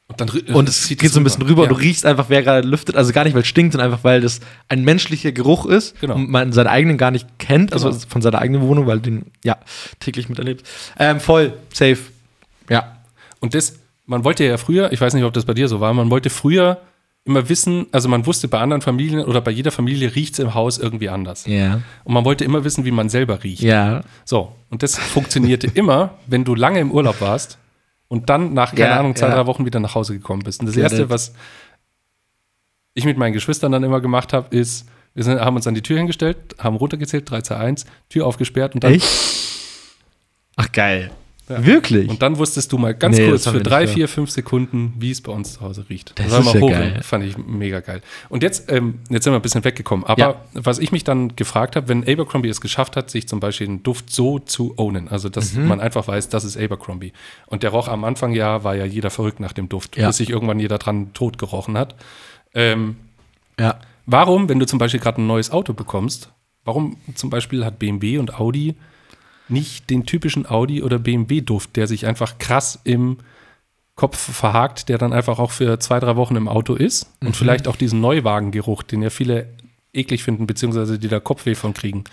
A: und, dann, ri-
B: und es
A: Äh, zieht
B: geht so ein bisschen rüber und
A: Ja.
B: du riechst einfach, wer gerade lüftet, also gar nicht, weil es stinkt, sondern einfach, weil das ein menschlicher Geruch ist
A: Genau.
B: und man seinen eigenen gar nicht kennt, also
A: Genau.
B: von seiner eigenen Wohnung, weil du den ja täglich miterlebt. Ähm, voll, safe. Ja,
A: Und das, man wollte ja früher, ich weiß nicht, ob das bei dir so war, man wollte früher immer wissen, also man wusste bei anderen Familien oder bei jeder Familie riecht es im Haus irgendwie anders.
B: Ja.
A: Und man wollte immer wissen, wie man selber riecht.
B: Ja.
A: So, und das funktionierte immer, wenn du lange im Urlaub warst und dann nach, keine
B: Ja,
A: Ahnung, zwei,
B: ja.
A: drei Wochen wieder nach Hause gekommen bist. Und das
B: Get
A: Erste,
B: it.
A: was ich mit meinen Geschwistern dann immer gemacht habe, ist, wir sind, haben uns an die Tür hingestellt, haben runtergezählt, 3, 2, 1, Tür aufgesperrt und dann
B: Echt? Ach, geil. Wirklich?
A: Und dann wusstest du mal ganz
B: Nee,
A: kurz
B: das haben
A: für
B: wir nicht
A: drei,
B: gemacht.
A: vier, fünf Sekunden, wie es bei uns zu Hause riecht.
B: Das
A: war
B: ist
A: mal
B: ja
A: hoch,
B: geil.
A: Fand ich mega geil. Und jetzt, ähm, jetzt sind wir ein bisschen weggekommen. Aber
B: Ja.
A: was ich mich dann gefragt habe, wenn Abercrombie es geschafft hat, sich zum Beispiel einen Duft so zu ownen, also dass
B: Mhm.
A: man einfach weiß, das ist Abercrombie. Und der roch am Anfang ja, war ja jeder verrückt nach dem Duft,
B: Ja.
A: bis sich irgendwann jeder dran tot gerochen hat. Ähm,
B: ja.
A: Warum, wenn du zum Beispiel gerade ein neues Auto bekommst, warum zum Beispiel hat BMW und Audi nicht den typischen Audi oder BMW-Duft, der sich einfach krass im Kopf verhakt, der dann einfach auch für zwei, drei Wochen im Auto ist und vielleicht auch diesen Neuwagengeruch, den ja viele eklig finden, beziehungsweise die da Kopfweh von kriegen,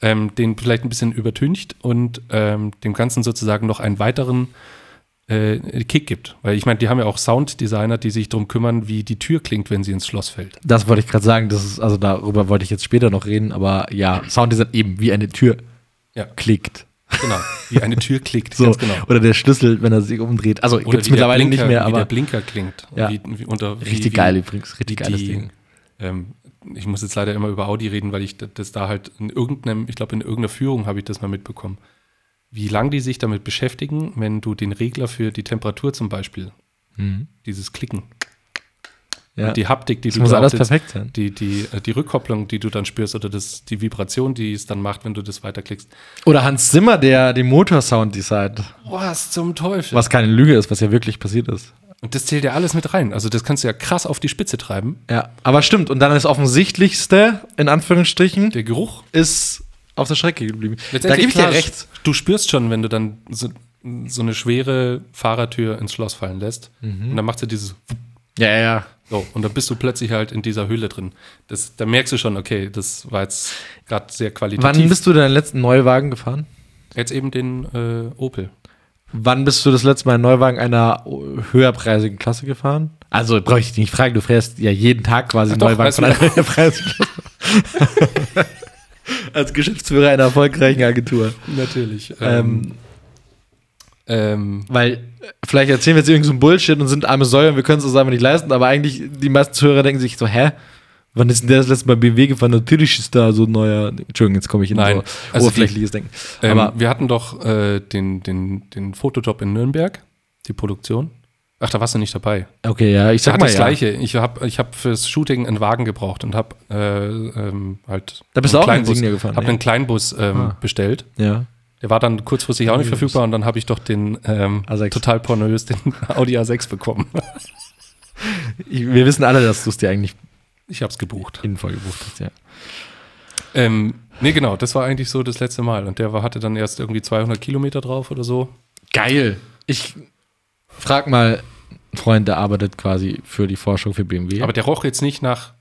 A: ähm, den vielleicht ein bisschen übertüncht und ähm, dem Ganzen sozusagen noch einen weiteren äh, Kick gibt. Weil ich meine, die haben ja auch Sounddesigner, die sich darum kümmern, wie die Tür klingt, wenn sie ins Schloss fällt.
B: Das wollte ich gerade sagen. Das ist, also darüber wollte ich jetzt später noch reden, aber ja, Sounddesign eben wie eine Tür
A: Ja.
B: klickt.
A: Genau, wie eine Tür klickt,
B: So.
A: ganz genau.
B: Oder der Schlüssel, wenn er sich umdreht. Also
A: Oder
B: gibt es
A: wie
B: mittlerweile
A: der Blinker,
B: nicht mehr,
A: wie der
B: aber
A: Blinker klingt. Und
B: Ja.
A: Wie, wie unter, wie,
B: richtig
A: wie,
B: geil übrigens. Richtig
A: wie
B: geiles
A: die,
B: Ding.
A: Ähm, ich muss jetzt leider immer über Audi reden, weil ich d- das da halt in irgendeinem, ich glaube in irgendeiner Führung habe ich das mal mitbekommen. Wie lange die sich damit beschäftigen, wenn du den Regler für die Temperatur zum Beispiel, dieses Klicken,
B: Mhm. Ja.
A: die Haptik, die
B: Das muss
A: da auf
B: alles
A: den-
B: perfekt sein.
A: Die, die, äh, die Rückkopplung, die du dann spürst oder das, die Vibration, die es dann macht, wenn du das weiterklickst.
B: Oder Hans Zimmer, der den Motorsound designt.
A: Was zum Teufel?
B: Was keine Lüge ist, was ja wirklich passiert ist.
A: Und das zählt ja alles mit rein. Also das kannst du ja krass auf die Spitze treiben.
B: Ja, aber stimmt. Und dann ist offensichtlichste, in Anführungsstrichen,
A: Der Geruch.
B: ist auf der Strecke geblieben. Da gebe ich dir
A: klar,
B: recht.
A: Du spürst schon, wenn du dann so, so eine schwere Fahrertür ins Schloss fallen lässt.
B: Mhm.
A: Und dann macht sie dieses
B: Ja, ja.
A: so. Und dann bist du plötzlich halt in dieser Höhle drin. Das, da merkst du schon, okay, das war jetzt gerade sehr
B: Wann
A: qualitativ.
B: bist du deinen letzten Neuwagen gefahren?
A: jetzt eben den äh, Opel.
B: Wann bist du das letzte Mal einen Neuwagen einer höherpreisigen Klasse gefahren? Also brauche ich dich nicht fragen, du fährst ja jeden Tag quasi einen
A: doch,
B: Neuwagen
A: weißt
B: von
A: du
B: einer höherpreisigen Klasse. Als Geschäftsführer einer erfolgreichen Agentur.
A: Natürlich. Ähm, ähm,
B: Ähm, weil äh, vielleicht erzählen wir jetzt irgendeinen so einen Bullshit und sind arme Säulen, wir können es uns einfach nicht leisten, aber eigentlich die meisten Zuhörer denken sich so, hä? Wann ist denn der das letzte Mal BMW gefahren? Natürlich ist da so ein neuer. Entschuldigung, jetzt komme ich in
A: Nein,
B: so
A: also die-
B: oberflächliches Denken.
A: ähm,
B: aber
A: wir hatten doch äh, den, den, den Fotojob in Nürnberg, die Produktion. Ach, da warst du nicht dabei.
B: okay, ja, ich
A: Ich
B: sag
A: hatte
B: mal
A: das
B: ja.
A: Gleiche. Ich habe ich hab fürs Shooting einen Wagen gebraucht und habe äh, ähm, halt.
B: Da bist du
A: einen
B: auch mit
A: kleinen Bus-
B: Insignia gefahren,
A: Hab
B: ja.
A: einen Kleinbus ähm,
B: Ah.
A: bestellt.
B: Ja.
A: Der war dann kurzfristig auch nicht
B: Kleinbus.
A: verfügbar und dann habe ich doch den ähm,
B: A6.
A: total pornös den Audi A6 bekommen.
B: Ich, wir wissen alle, dass du es dir eigentlich
A: Ich habe es gebucht.
B: innen voll gebucht hast, ja.
A: Ähm, nee, genau. Das war eigentlich so das letzte Mal. Und der war, hatte dann erst irgendwie 200 Kilometer drauf oder so.
B: Geil. Ich frag mal, ein Freund, der arbeitet quasi für die Forschung für BMW.
A: Aber der roch jetzt nicht nach.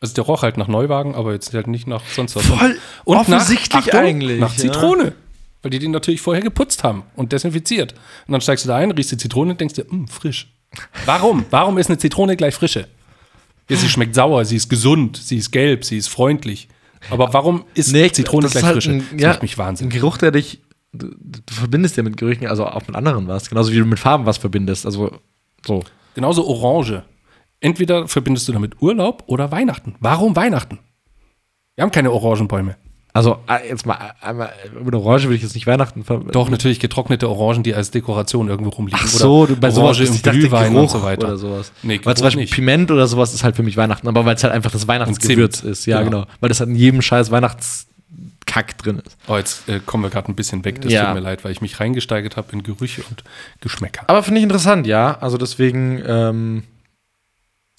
A: Also der roch halt nach Neuwagen, aber jetzt halt nicht nach sonst was.
B: und
A: nach-
B: offensichtlich
A: Achtung,
B: eigentlich.
A: Nach
B: ja.
A: Zitrone. Weil die den natürlich vorher geputzt haben und desinfiziert. Und dann steigst du da ein, riechst die Zitrone und denkst dir, "Mm, frisch. Warum? Warum ist eine Zitrone gleich frische? Ja, sie schmeckt sauer, sie ist gesund, sie ist gelb, sie ist freundlich. Aber warum ist
B: Nee,
A: Zitrone
B: das
A: gleich
B: ist halt
A: frische?
B: ein-
A: das
B: ja.
A: macht mich
B: Ein
A: wahnsinnig.
B: Geruch, der dich. Du, du verbindest ja mit Gerüchen, also auch mit anderen was. Genauso wie du mit Farben was verbindest. Also so.
A: Genauso Orange. Entweder verbindest du damit Urlaub oder Weihnachten. Warum Weihnachten? Wir haben keine Orangenbäume.
B: Also äh, jetzt mal, einmal, mit Orange würde ich jetzt nicht Weihnachten ver
A: Doch, natürlich getrocknete Orangen, die als Dekoration irgendwo rumliegen.
B: Ach so, du, bei sowas
A: Orange
B: bist-
A: im Glühwein und so weiter.
B: Oder sowas.
A: Nee,
B: weil
A: Geruch
B: zum Beispiel
A: nicht.
B: Piment oder sowas ist halt für mich Weihnachten, aber weil es halt einfach das Weihnachtsgewürz
A: Zimt.
B: ist. Ja,
A: Genau.
B: genau. Weil das halt in jedem scheiß Weihnachtskack drin ist.
A: Oh, jetzt äh, kommen wir gerade ein bisschen weg. Das
B: Ja.
A: tut mir leid, weil ich mich reingesteigert habe in Gerüche und Geschmäcker.
B: Aber finde ich interessant, ja. Also deswegen, ähm,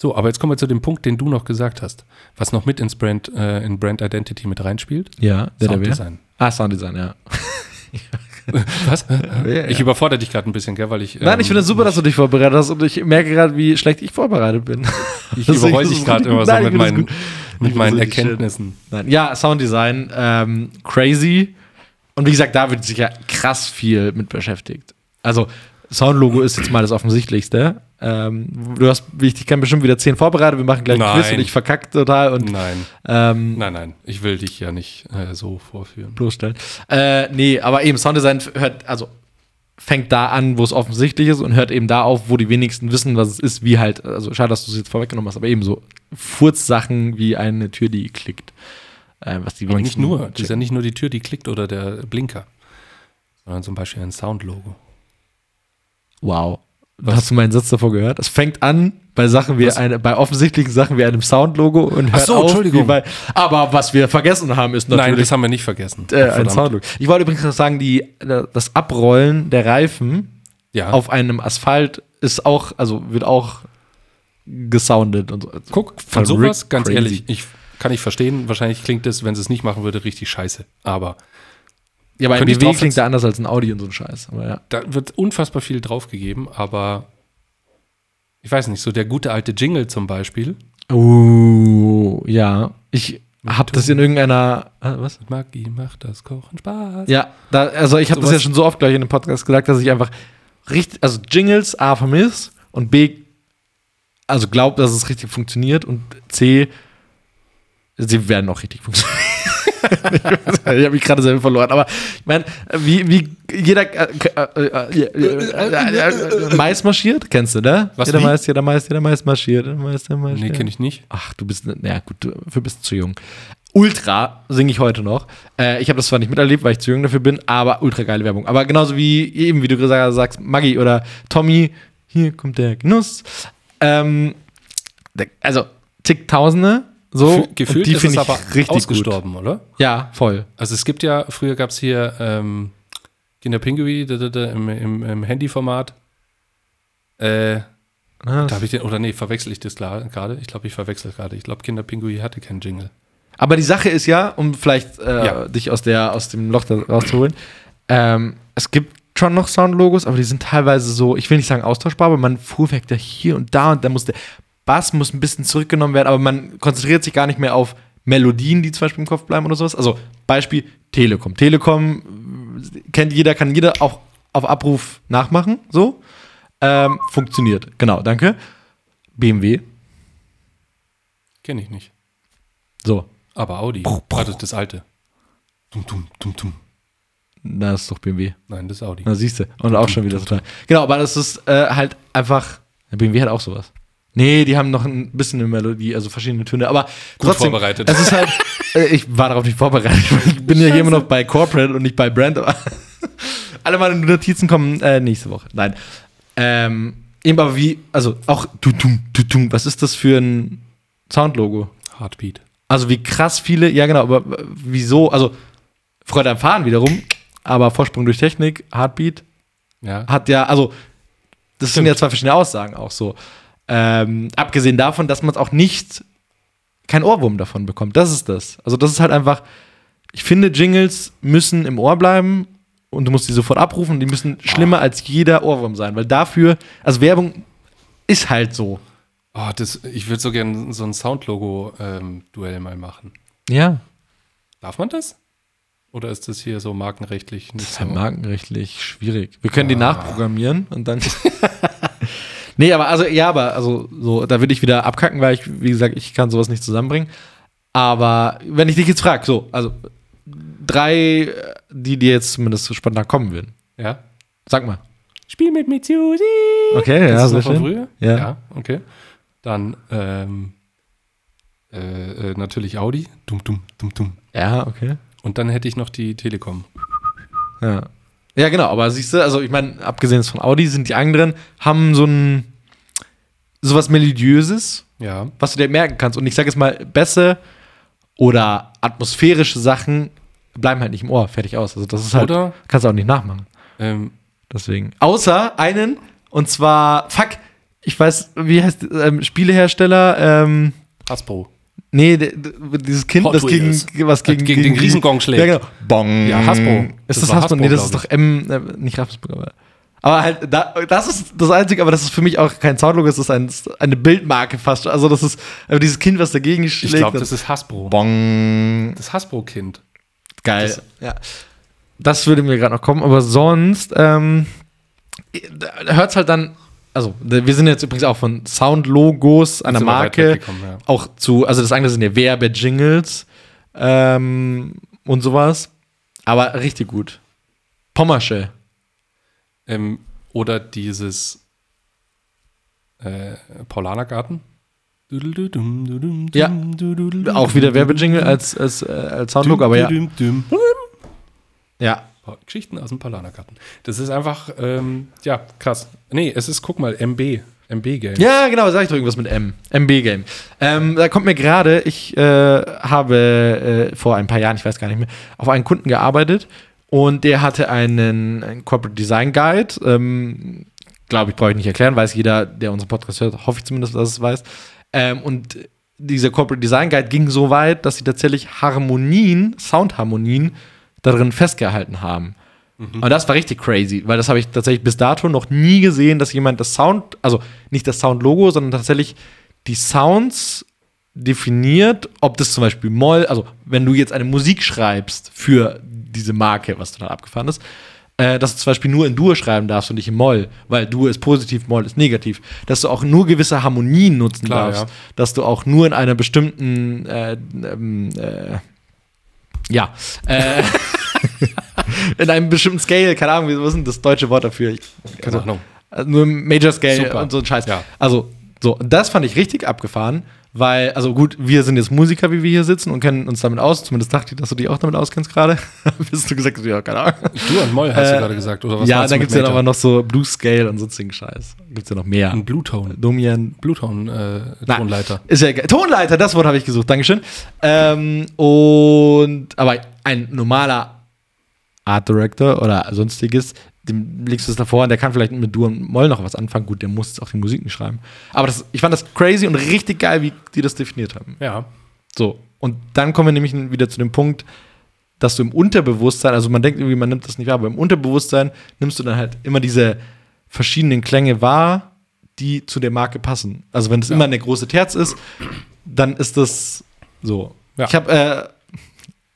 A: So, aber jetzt kommen wir zu dem Punkt, den du noch gesagt hast, was noch mit ins Brand, äh, in Brand Identity mit reinspielt.
B: ja. Der Sounddesign.
A: Sounddesign.
B: Ah, Sounddesign, ja.
A: Was?
B: ja.
A: Ich überfordere dich gerade ein bisschen, gell, weil ich. ähm,
B: Nein, ich finde es super, dass du dich vorbereitet hast und ich merke gerade, wie schlecht ich vorbereitet bin.
A: Ich
B: Deswegen
A: überrollte
B: ist
A: dich
B: es
A: gerade
B: richtig
A: immer so mit meinen,
B: gut. Nein, ich finde es gut.
A: mit
B: finde
A: meinen
B: es richtig
A: Erkenntnissen.
B: Nein. Ja, Sounddesign, ähm, crazy. Und wie gesagt, da wird sich ja krass viel mit beschäftigt. Also, Soundlogo ist jetzt mal das Offensichtlichste. Ähm, du hast, wie ich dich kenne, bestimmt wieder zehn vorbereitet. Wir machen gleich einen Quiz
A: Nein.
B: und ich verkacke total und
A: Nein,
B: ähm,
A: nein, nein. Ich will dich ja nicht äh, so vorführen.
B: bloßstellen. Äh, nee, aber eben, Sounddesign f- hört, also fängt da an, wo es offensichtlich ist und hört eben da auf, wo die wenigsten wissen, was es ist, wie halt, also schade, dass du es jetzt vorweggenommen hast, aber eben so Furzsachen wie eine Tür, die klickt. Äh, was die
A: Aber nicht
B: wenigsten
A: nur. Das ist
B: checken.
A: ja nicht nur die Tür, die klickt oder der Blinker, sondern zum Beispiel ein Soundlogo.
B: Wow. Hast du meinen Satz davor gehört? Es fängt an bei Sachen wie
A: Was?
B: eine, bei offensichtlichen Sachen wie einem Soundlogo und hört
A: so,
B: auf
A: Entschuldigung.
B: wie bei. Aber was wir vergessen haben, ist
A: Nein,
B: natürlich
A: das haben wir nicht vergessen.
B: äh, ein
A: Verdammt.
B: Soundlogo. Ich wollte übrigens noch sagen, die, das Abrollen der Reifen
A: Ja.
B: auf einem Asphalt ist auch, also wird auch gesoundet und so.
A: Guck, von
B: Verrückt
A: sowas, ganz
B: crazy.
A: ehrlich, ich kann ich verstehen. Wahrscheinlich klingt das, wenn sie es nicht machen würde, richtig scheiße. Aber
B: Ja, aber ein
A: könnte ich
B: BMW
A: drauf
B: klingt da anders als ein Audi und so ein Scheiß. Aber ja.
A: da wird unfassbar viel draufgegeben. Aber ich weiß nicht, so der gute alte Jingle zum Beispiel.
B: Oh, ja. Ich hab das in irgendeiner. äh, Was?
A: Maggi macht das Kochen Spaß.
B: Ja, da, also ich habe das
A: Sowas-
B: ja schon so oft, glaube ich, in dem Podcast gesagt, dass ich einfach richtig, also Jingles A vermiss und B, also glaub, dass es richtig funktioniert und C, sie werden auch richtig funktionieren. ich habe mich gerade selber verloren, aber ich meine, wie, wie jeder äh, äh, äh, äh, äh, äh, äh, Mais marschiert, kennst du, ne?
A: Was,
B: jeder
A: wie?
B: Mais, jeder Mais, jeder Mais marschiert, jeder Mais, jeder Mais.
A: Nee, kenne ich nicht.
B: Ach, du bist, naja, gut, du- dafür bist du zu jung. Ultra singe ich heute noch. Äh, ich habe das zwar nicht miterlebt, weil ich zu jung dafür bin, aber ultra geile Werbung. Aber genauso wie eben, wie du gesagt hast, sagst, Maggi oder Tommy, hier kommt der Genuss. Ähm, der- also zigtausende, so.
A: Für- Gefühlt
B: und die
A: ist
B: finde
A: es
B: ich
A: aber
B: richtig gut.
A: ausgestorben, oder?
B: Ja, voll.
A: Also es gibt ja, früher gab es hier ähm, Kinder Pinguin da, da, da, im, im, im Handyformat. Äh, da habe ich den, oder nee, verwechsel ich das klar- gerade? Ich glaube, ich verwechsel gerade. Ich glaube, Kinderpinguin hatte keinen Jingle.
B: Aber die Sache ist ja, um vielleicht äh,
A: Ja.
B: dich aus, der, aus dem Loch da rauszuholen, ähm, es gibt schon noch Soundlogos, aber die sind teilweise so, ich will nicht sagen austauschbar, aber man fuhrwerkt da hier und da und da muss der Bass muss ein bisschen zurückgenommen werden, aber man konzentriert sich gar nicht mehr auf Melodien, die zum Beispiel im Kopf bleiben oder sowas. Also Beispiel Telekom. Telekom äh, kennt jeder, kann jeder auch auf Abruf nachmachen, so. Ähm, funktioniert, genau, danke. BMW,
A: Kenne ich nicht.
B: so,
A: Aber Audi. Also das alte. Dum, dum, dum, dum.
B: da ist doch BMW.
A: Nein, das ist Audi.
B: Na, siehst du. Und auch schon wieder total. Genau, aber das ist äh, halt einfach. Der BMW hat auch sowas. Nee, die haben noch ein bisschen eine Melodie, also verschiedene Töne, aber
A: Gut
B: trotzdem,
A: vorbereitet.
B: Es ist halt, äh, ich war darauf nicht vorbereitet. Ich bin ja hier immer noch bei Corporate und nicht bei Brand. Aber alle meine Notizen kommen äh, nächste Woche. Nein. Ähm, eben aber wie, also auch tutum, tutum, was ist das für ein Soundlogo?
A: Heartbeat.
B: Also wie krass viele, ja genau, aber w- wieso, also Freude am Fahren wiederum, aber Vorsprung durch Technik, Heartbeat,
A: Ja.
B: hat ja, also das sind ja zwei verschiedene Aussagen auch so. Ähm, abgesehen davon, dass man es auch nicht, kein Ohrwurm davon bekommt. Das ist das. Also das ist halt einfach, ich finde, Jingles müssen im Ohr bleiben und du musst die sofort abrufen. Die müssen schlimmer als jeder Ohrwurm sein, weil dafür, also Werbung ist halt so.
A: Oh, das, ich würde so gerne so ein Soundlogo-Duell mal machen.
B: Ja,
A: Darf man das? Oder ist das hier so markenrechtlich nicht
B: das ist
A: so?
B: halt markenrechtlich schwierig. Wir können die nachprogrammieren und dann. nee, aber also, ja, aber also so, da würde ich wieder abkacken, weil ich, wie gesagt, ich kann sowas nicht zusammenbringen. Aber wenn ich dich jetzt frage, so, also drei, äh, die dir jetzt zumindest so spontan kommen würden.
A: ja?
B: Sag mal.
A: Spiel mit mir, Susi!
B: Okay,
A: das ist noch von früher?
B: Ja.
A: okay. Dann ähm, äh, äh, natürlich Audi. Dum, dum, dum, dum.
B: Ja, okay.
A: Und dann hätte ich noch die Telekom.
B: Ja. Ja, genau, aber siehst du, also ich meine, abgesehen von Audi sind die anderen, haben so ein sowas Melodiöses,
A: Ja.
B: was du dir merken kannst. Und ich sage jetzt mal, Bässe oder atmosphärische Sachen bleiben halt nicht im Ohr, fertig aus. Also das ist halt,
A: Oder?
B: kannst du auch nicht nachmachen.
A: Ähm,
B: Deswegen. Außer einen, und zwar, fuck, ich weiß, wie heißt ähm, Spielehersteller, ähm,
A: Hasbro.
B: nee, d- d- dieses Kind,
A: Hot
B: das gegen,
A: Wheels.
B: was gegen,
A: gegen den
B: die-
A: Riesengong schlägt.
B: Ja, genau. Bong.
A: Ja, Hasbro.
B: Ist
A: Das
B: das,
A: war
B: Hasbro? Nee, das
A: Hasbro,
B: ist
A: glaub
B: doch M, äh, nicht Ravensburg, aber. Aber halt, da, das ist das Einzige, aber das ist für mich auch kein Soundlogo, es ist ein, eine Bildmarke fast. Also, das ist aber dieses Kind, was dagegen schlägt.
A: Ich glaube,
B: das-
A: das ist Hasbro.
B: Bong.
A: Das Hasbro-Kind.
B: Geil.
A: Das-
B: Das, ja. das würde mir gerade noch kommen, aber sonst ähm, hört es halt dann. Also, wir sind jetzt übrigens auch von Soundlogos einer
A: Sind wir weit
B: Marke
A: weggekommen, ja.
B: auch zu, also das andere sind ja Werbe-Jingles ähm, und sowas. Aber richtig gut. Pommersche.
A: Ähm, oder dieses äh, Paulanergarten.
B: Ja. Auch
A: Werbejingle
B: wieder Werbe-Jingle als, als, äh, als Soundlogo, aber ja. ja.
A: Geschichten aus dem Paulanergarten. Das ist einfach, ähm, ja, krass. Nee, es ist, guck mal, MB. MB-Game.
B: Ja, genau, sag ich doch irgendwas mit M. MB-Game. Ähm, da kommt mir gerade, ich äh, habe äh, vor ein paar Jahren, ich weiß gar nicht mehr, auf einen Kunden gearbeitet und der hatte einen, einen Corporate Design Guide. Ähm, Glaube ich, brauche ich nicht erklären, weiß jeder, der unseren Podcast hört, hoffe ich zumindest, dass es weiß. Ähm, und dieser Corporate Design Guide ging so weit, dass sie tatsächlich Harmonien, Soundharmonien, darin festgehalten haben. Und Mhm. das war richtig crazy, weil das habe ich tatsächlich bis dato noch nie gesehen, dass jemand das Sound, also nicht das Soundlogo, sondern tatsächlich die Sounds definiert, ob das zum Beispiel Moll, also wenn du jetzt eine Musik schreibst für diese Marke, was du dann abgefahren ist, äh, dass du zum Beispiel nur in Dur schreiben darfst und nicht in Moll, weil Dur ist positiv, Moll ist negativ, dass du auch nur gewisse Harmonien nutzen
A: Klar,
B: darfst,
A: ja.
B: dass du auch nur in einer bestimmten äh, ähm, äh, ja, äh, in einem bestimmten Scale, keine Ahnung, wie- was ist denn das deutsche Wort dafür? Ich,
A: Keine Ahnung.
B: also nur im Major Scale
A: Super.
B: und so ein Scheiß.
A: Ja.
B: Also, so, und das fand ich richtig abgefahren, weil, also gut, wir sind jetzt Musiker, wie wir hier sitzen und kennen uns damit aus. Zumindest dachte ich, dass du dich auch damit auskennst gerade. Bist du gesagt, ja, keine Ahnung.
A: Du und Moll hast
B: Äh,
A: du gerade gesagt, oder was
B: ja,
A: meinst du
B: dann
A: mit
B: gibt es ja
A: Major? Hm.
B: aber noch so Blue Scale und sonstigen Scheiß. Gibt es ja noch mehr.
A: Ein Bluetone. äh,
B: Domian, Nein.
A: Bluetone-Tonleiter.
B: Ist ja egal. Tonleiter, das Wort habe ich gesucht. Dankeschön. Ähm, und aber ein normaler Art Director oder sonstiges dem legst du es davor und der kann vielleicht mit Dur und Moll noch was anfangen. Gut, der muss jetzt auch die Musik nicht schreiben. Aber das, ich fand das crazy und richtig geil, wie die das definiert haben.
A: Ja.
B: So, und dann kommen wir nämlich wieder zu dem Punkt, dass du im Unterbewusstsein, also man denkt irgendwie, man nimmt das nicht wahr, aber im Unterbewusstsein nimmst du dann halt immer diese verschiedenen Klänge wahr, die zu der Marke passen. Also wenn es immer eine große Terz ist, dann ist das so.
A: Ja.
B: Ich habe, äh,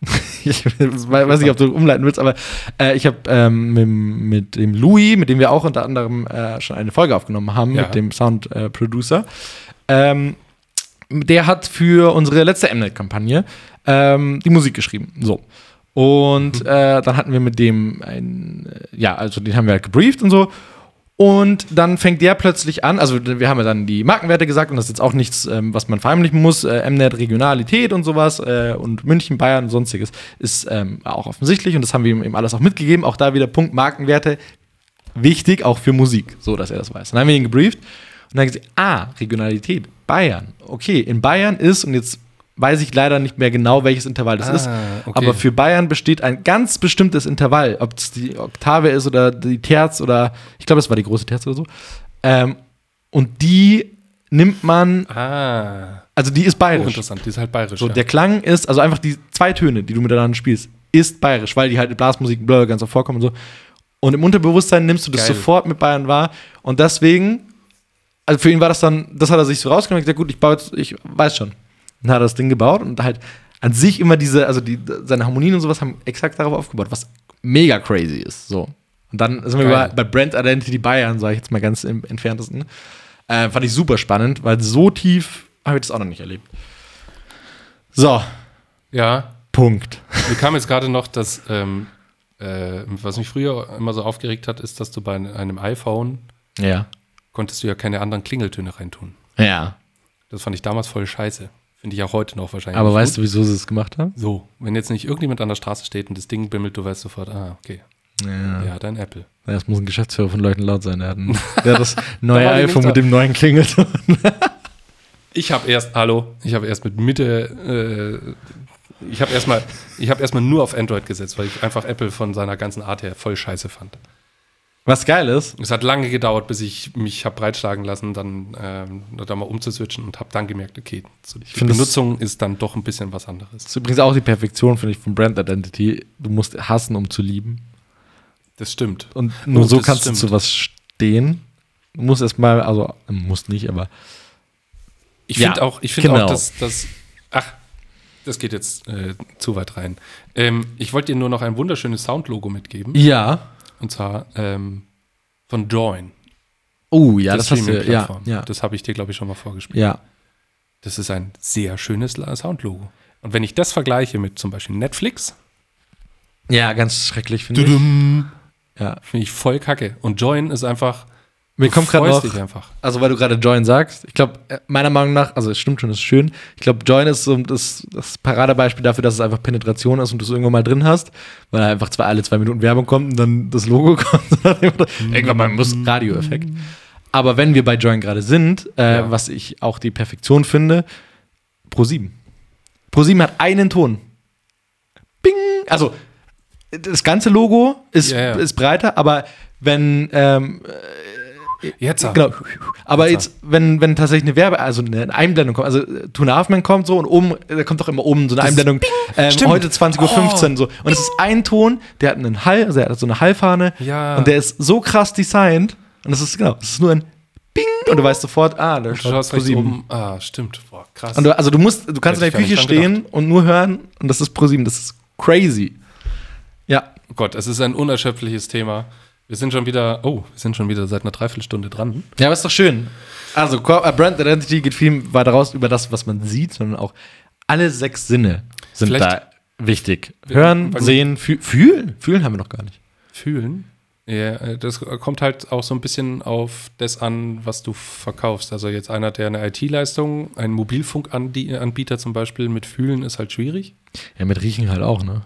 B: ich weiß nicht, ob du umleiten willst, aber äh, ich habe ähm, mit, mit dem Louis, mit dem wir auch unter anderem äh, schon eine Folge aufgenommen haben,
A: Ja.
B: mit dem Sound äh, Producer, ähm, der hat für unsere letzte Mnet-Kampagne ähm, die Musik geschrieben. So. Und äh, dann hatten wir mit dem ein, äh, ja, also den haben wir halt gebrieft und so. Und dann fängt der plötzlich an, also wir haben ja dann die Markenwerte gesagt und das ist jetzt auch nichts, ähm, was man verheimlichen muss. Äh, MNET Regionalität und sowas äh, und München, Bayern und sonstiges ist ähm, auch offensichtlich und das haben wir ihm eben alles auch mitgegeben. Auch da wieder Punkt Markenwerte, wichtig auch für Musik, so dass er das weiß. Dann haben wir ihn gebrieft und dann gesehen, ah, Regionalität, Bayern. Okay, in Bayern ist, und jetzt weiß ich leider nicht mehr genau, welches Intervall das
A: Ah,
B: ist,
A: okay.
B: aber für Bayern besteht ein ganz bestimmtes Intervall, ob es die Oktave ist oder die Terz oder, ich glaube, das war die große Terz oder so. Ähm, und die nimmt man,
A: Ah.
B: also die ist bayerisch.
A: Hochinteressant, die ist halt bayerisch.
B: So,
A: ja.
B: der Klang ist, also einfach die zwei Töne, die du miteinander spielst, ist bayerisch, weil die halt in Blasmusik blöd ganz oft vorkommen und so. Und im Unterbewusstsein nimmst du das
A: Geil.
B: sofort mit Bayern wahr. Und deswegen, also für ihn war das dann, das hat er sich so rausgenommen und gesagt, gut, ich baue jetzt, ich weiß schon. Dann hat er das Ding gebaut und halt an sich immer diese, also die, seine Harmonien und sowas haben exakt darauf aufgebaut, was mega crazy ist. So. Und dann sind wir
A: Geil.
B: bei, bei Brand Identity Bayern, sage ich jetzt mal ganz im entferntesten. Äh, fand ich super spannend, weil so tief habe ich das auch noch nicht erlebt. So,
A: ja.
B: Punkt.
A: Mir kam jetzt gerade noch, dass, ähm, äh, was mich früher immer so aufgeregt hat, ist, dass du bei einem iPhone
B: Ja.
A: konntest du ja keine anderen Klingeltöne reintun.
B: Ja.
A: Das fand ich damals voll scheiße. Finde ich auch heute noch wahrscheinlich.
B: Aber weißt du, wieso sie es gemacht haben?
A: du. So, wenn jetzt nicht irgendjemand an der Straße steht und das Ding bimmelt, du weißt sofort, ah, okay,
B: Ja.
A: der hat ein Apple.
B: Das muss ein Geschäftsführer von Leuten laut sein. Der hat, ein, der hat das neue
A: war die
B: iPhone mit
A: Winter.
B: dem neuen Klingelton.
A: Ich habe erst, hallo, ich habe erst mit Mitte, äh, ich habe erstmal, ich habe erstmal nur auf Android gesetzt, weil ich einfach Apple von seiner ganzen Art her voll scheiße fand.
B: Was geil ist,
A: Es hat lange gedauert, bis ich mich habe breitschlagen lassen, dann äh, da mal umzuswitchen und habe dann gemerkt, okay, so die
B: find das-
A: Benutzung ist dann doch ein bisschen was anderes.
B: ist übrigens auch die Perfektion, finde ich, von Brand Identity. Du musst hassen, um zu lieben.
A: Das stimmt.
B: Und nur
A: Oh,
B: so
A: das
B: kannst
A: stimmt.
B: du zu was stehen. Du musst erstmal, also, musst nicht, aber.
A: Ich
B: Ja,
A: finde auch, ich finde
B: genau.
A: auch, dass, dass ach, das geht jetzt äh, zu weit rein. Ähm, ich wollte dir nur noch ein wunderschönes Soundlogo mitgeben
B: Ja.
A: und zwar ähm, von Join,
B: Oh, ja,
A: der
B: das, hast du. Ja,
A: Streaming-Plattform.
B: ja,
A: Das habe ich dir glaube ich schon mal vorgespielt.
B: ja.
A: Das ist ein sehr schönes La- Soundlogo. Und wenn ich das vergleiche mit zum Beispiel Netflix,
B: Ja, ganz schrecklich, finde ich.
A: finde
B: Ja.
A: ich voll kacke. Und Join ist einfach,
B: Mir
A: du
B: kommt gerade
A: freust
B: noch.
A: dich einfach.
B: Also weil du gerade Join sagst, ich glaube, meiner Meinung nach, also es stimmt schon, es ist schön. Ich glaube, Join ist so das, das Paradebeispiel dafür, dass es einfach Penetration ist und du es irgendwann mal drin hast, weil einfach zwei, alle zwei Minuten Werbung kommt und dann das Logo kommt. Und dann irgendwann mal muss
A: Mm.
B: Radioeffekt. Aber wenn wir bei Join gerade sind, äh,
A: Ja.
B: was ich auch die Perfektion finde, ProSieben. ProSieben hat einen Ton. Bing! Also das ganze Logo ist,
A: Ja, ja.
B: ist breiter, aber wenn ähm,
A: Jetzt aber.
B: Genau. Aber
A: Jetzt
B: jetzt, wenn, wenn tatsächlich eine Werbe, also eine Einblendung kommt, also äh, Two and a Half Men kommt so und oben, äh, da kommt doch immer oben so eine
A: Das-
B: Einblendung, ähm,
A: Stimmt. Oh.
B: heute 20.15 Uhr so. Und es ist ein Ton, der hat einen Hall, also er hat so eine Hallfahne
A: Ja.
B: und der ist so krass designt und es ist, genau, es ist nur ein Bing und du weißt sofort, ah, da
A: Du
B: schaut
A: hast
B: pro
A: recht
B: sieben.
A: oben. Ah, stimmt. Boah, krass.
B: Und du, also du musst, du kannst in
A: Hätte
B: der
A: ich gar
B: Küche
A: nicht dran
B: stehen und nur hören und das ist pro sieben, das ist crazy. Ja,
A: Oh Gott, es ist ein unerschöpfliches Thema. Wir sind schon wieder, oh, wir sind schon wieder seit einer Dreiviertelstunde dran.
B: Ja, aber ist doch schön. Also, Cor- äh, Brand Identity geht viel weiter raus über das, was man sieht, sondern auch alle sechs Sinne sind
A: Vielleicht-
B: da wichtig. Hören,
A: weil-
B: sehen, fü fühlen. Fühlen haben wir noch gar nicht.
A: Fühlen. Ja, äh, das kommt halt auch so ein bisschen auf das an, was du verkaufst. Also jetzt einer, der eine IT-Leistung, ein Mobilfunkanbieter zum Beispiel mit Fühlen ist halt schwierig.
B: Ja, mit Riechen halt auch, ne?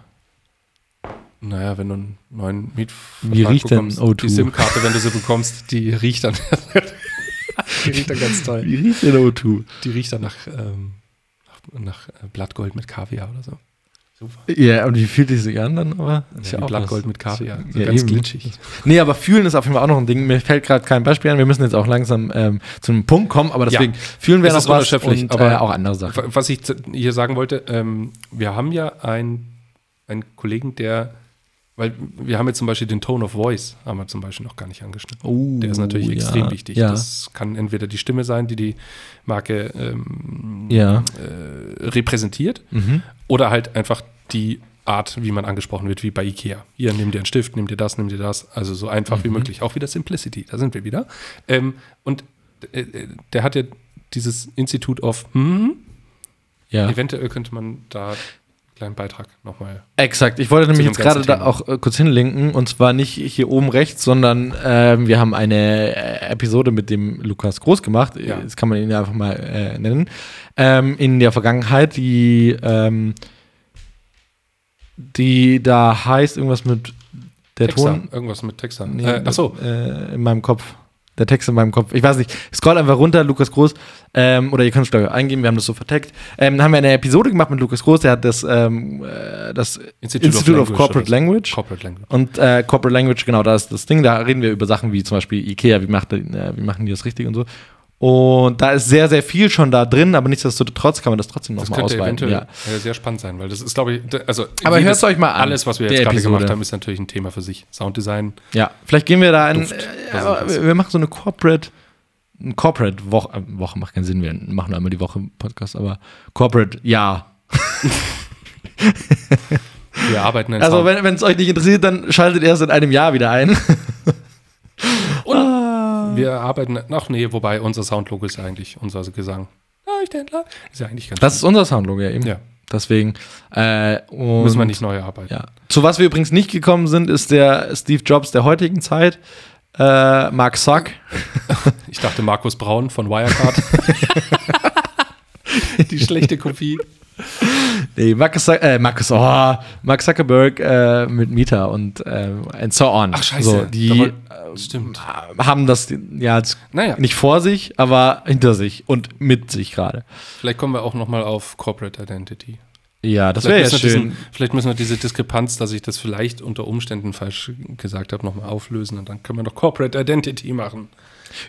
A: Naja, wenn du einen neuen Mietvertrag
B: Wie riecht denn
A: bekommst,
B: O2?
A: die SIM-Karte, wenn du sie bekommst, die riecht dann, die riecht dann ganz toll.
B: Wie riecht denn O2?
A: Die riecht dann nach, ähm, nach, nach äh, Blattgold mit Kaviar oder so.
B: Super. Ja, und wie fühlt die sich an dann? Aber
A: Ist ja, wie Blattgold mit Kaffee, ja. So
B: ja,
A: ganz
B: eben.
A: glitschig.
B: Nee, aber fühlen ist auf jeden Fall auch noch ein Ding. Mir fällt gerade kein Beispiel ein. Wir müssen jetzt auch langsam ähm, zu einem Punkt kommen, aber deswegen
A: Ja.
B: fühlen wir
A: Es
B: noch
A: ist
B: was
A: unerschöpflich,
B: und äh,
A: aber-
B: auch andere Sachen.
A: W- Was ich zu- hier sagen wollte, ähm, wir haben ja ein- einen Kollegen, der, weil wir haben jetzt zum Beispiel den Tone of Voice, haben wir zum Beispiel noch gar nicht angeschnitten.
B: Oh,
A: der ist natürlich
B: ja,
A: extrem wichtig.
B: ja.
A: Das kann entweder die Stimme sein, die die Marke ähm,
B: Ja.
A: repräsentiert,
B: Mhm.
A: oder halt einfach die Art, wie man angesprochen wird, wie bei Ikea. Hier, nimm dir einen Stift, nimm dir das, nimm dir das. Also so einfach
B: Mhm.
A: wie möglich. Auch wieder Simplicity, da sind wir wieder. Ähm, und äh, äh, der hat ja dieses Institute of hm,
B: ja.
A: Eventuell könnte man da einen kleinen Beitrag nochmal.
B: Exakt. Ich wollte nämlich
A: dem
B: jetzt
A: ganzen
B: gerade da
A: Thema.
B: auch äh, kurz hinlinken und zwar nicht hier oben rechts, sondern ähm, wir haben eine äh, Episode mit dem Lukas Groß gemacht.
A: Ja.
B: Das kann man ihn einfach mal äh, nennen. Ähm, in der Vergangenheit, die, ähm, die da heißt irgendwas mit der Ton.
A: Irgendwas mit Texan.
B: Nee,
A: äh, achso,
B: Äh, in meinem Kopf. Der Text in meinem Kopf. Ich weiß nicht. Scroll einfach runter, Lukas Groß. Ähm, oder ihr könnt es, glaube ich, eingeben. Wir haben das so verteckt. Ähm, dann haben wir eine Episode gemacht mit Lukas Groß. Der hat das, ähm, äh, das Institute, of,
A: Language
B: Corporate
A: oder so.
B: Language.
A: Corporate Language.
B: Und äh, Corporate Language, genau, da ist das Ding. Da reden wir über Sachen wie zum Beispiel Ikea, wie, macht, äh, wie machen die das richtig und so. Und da ist sehr, sehr viel schon da drin, aber nichtsdestotrotz kann man das trotzdem
A: Das
B: nochmal
A: könnte
B: ausweiten.
A: eventuell
B: Ja.
A: äh, sehr spannend sein, weil das ist, glaube ich, d- also
B: Aber
A: jedes-
B: hört's euch mal an,
A: Alles, was wir
B: der
A: jetzt gerade
B: Episode.
A: gemacht haben, ist natürlich ein Thema für sich. Sounddesign,
B: ja, vielleicht gehen wir da in.
A: Duft,
B: Äh,
A: was
B: aber
A: ist das?
B: wir wir machen so eine Corporate. ein Corporate Woche, äh, Woche macht keinen Sinn, wir machen nur einmal die Woche einen Podcast, aber Corporate, ja.
A: wir arbeiten an
B: Also
A: Sound.
B: wenn es euch nicht interessiert, dann schaltet erst in einem Jahr wieder ein.
A: wir arbeiten, ach nee, wobei unser Soundlogo ist ja eigentlich unser Gesang. Leuchtenland. Ist ja eigentlich ganz
B: Das ist unser Soundlogo ja eben.
A: Ja.
B: Deswegen äh, und
A: Müssen wir nicht neu arbeiten.
B: Ja. Zu was wir übrigens nicht gekommen sind, ist der Steve Jobs der heutigen Zeit. Äh, Mark Zuck.
A: Ich dachte Markus Braun von Wirecard. Die schlechte Kopie.
B: Nee, Mark, Zuck, äh, Marcus, oh, Mark Zuckerberg äh, mit Meta und äh, and so on.
A: Ach scheiße.
B: So,
A: Da
B: die äh,
A: war- Äh, stimmt.
B: haben das ja jetzt
A: Naja.
B: nicht vor sich, aber hinter sich und mit sich gerade.
A: Vielleicht kommen wir auch noch mal auf Corporate Identity.
B: Ja, das wäre ja
A: Vielleicht, müssen wir
B: schön.
A: diesen, vielleicht müssen wir diese Diskrepanz, dass ich das vielleicht unter Umständen falsch gesagt habe, noch mal auflösen und dann können wir noch Corporate Identity machen.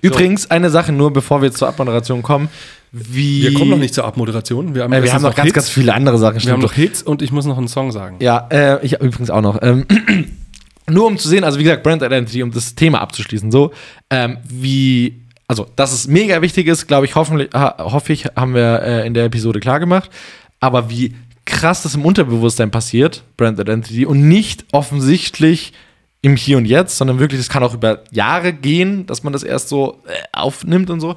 B: Übrigens, eine Sache nur, bevor wir zur Abmoderation kommen. Wie,
A: Wir kommen noch nicht zur Abmoderation. Wir haben,
B: Äh, wir
A: erstens
B: haben noch ganz,
A: Hits.
B: ganz viele andere Sachen.
A: wir
B: stimmt
A: haben
B: doch.
A: noch Hits und ich muss noch einen Song sagen.
B: Ja, äh, ich hab übrigens auch noch. Ähm, nur um zu sehen, also wie gesagt, Brand Identity, um das Thema abzuschließen, so ähm, wie, also dass es mega wichtig ist, glaube ich, hoffentlich, ha, hoffe ich, haben wir äh, in der Episode klar gemacht. Aber wie krass das im Unterbewusstsein passiert, Brand Identity, und nicht offensichtlich im Hier und Jetzt, sondern wirklich, das kann auch über Jahre gehen, dass man das erst so äh, aufnimmt und so.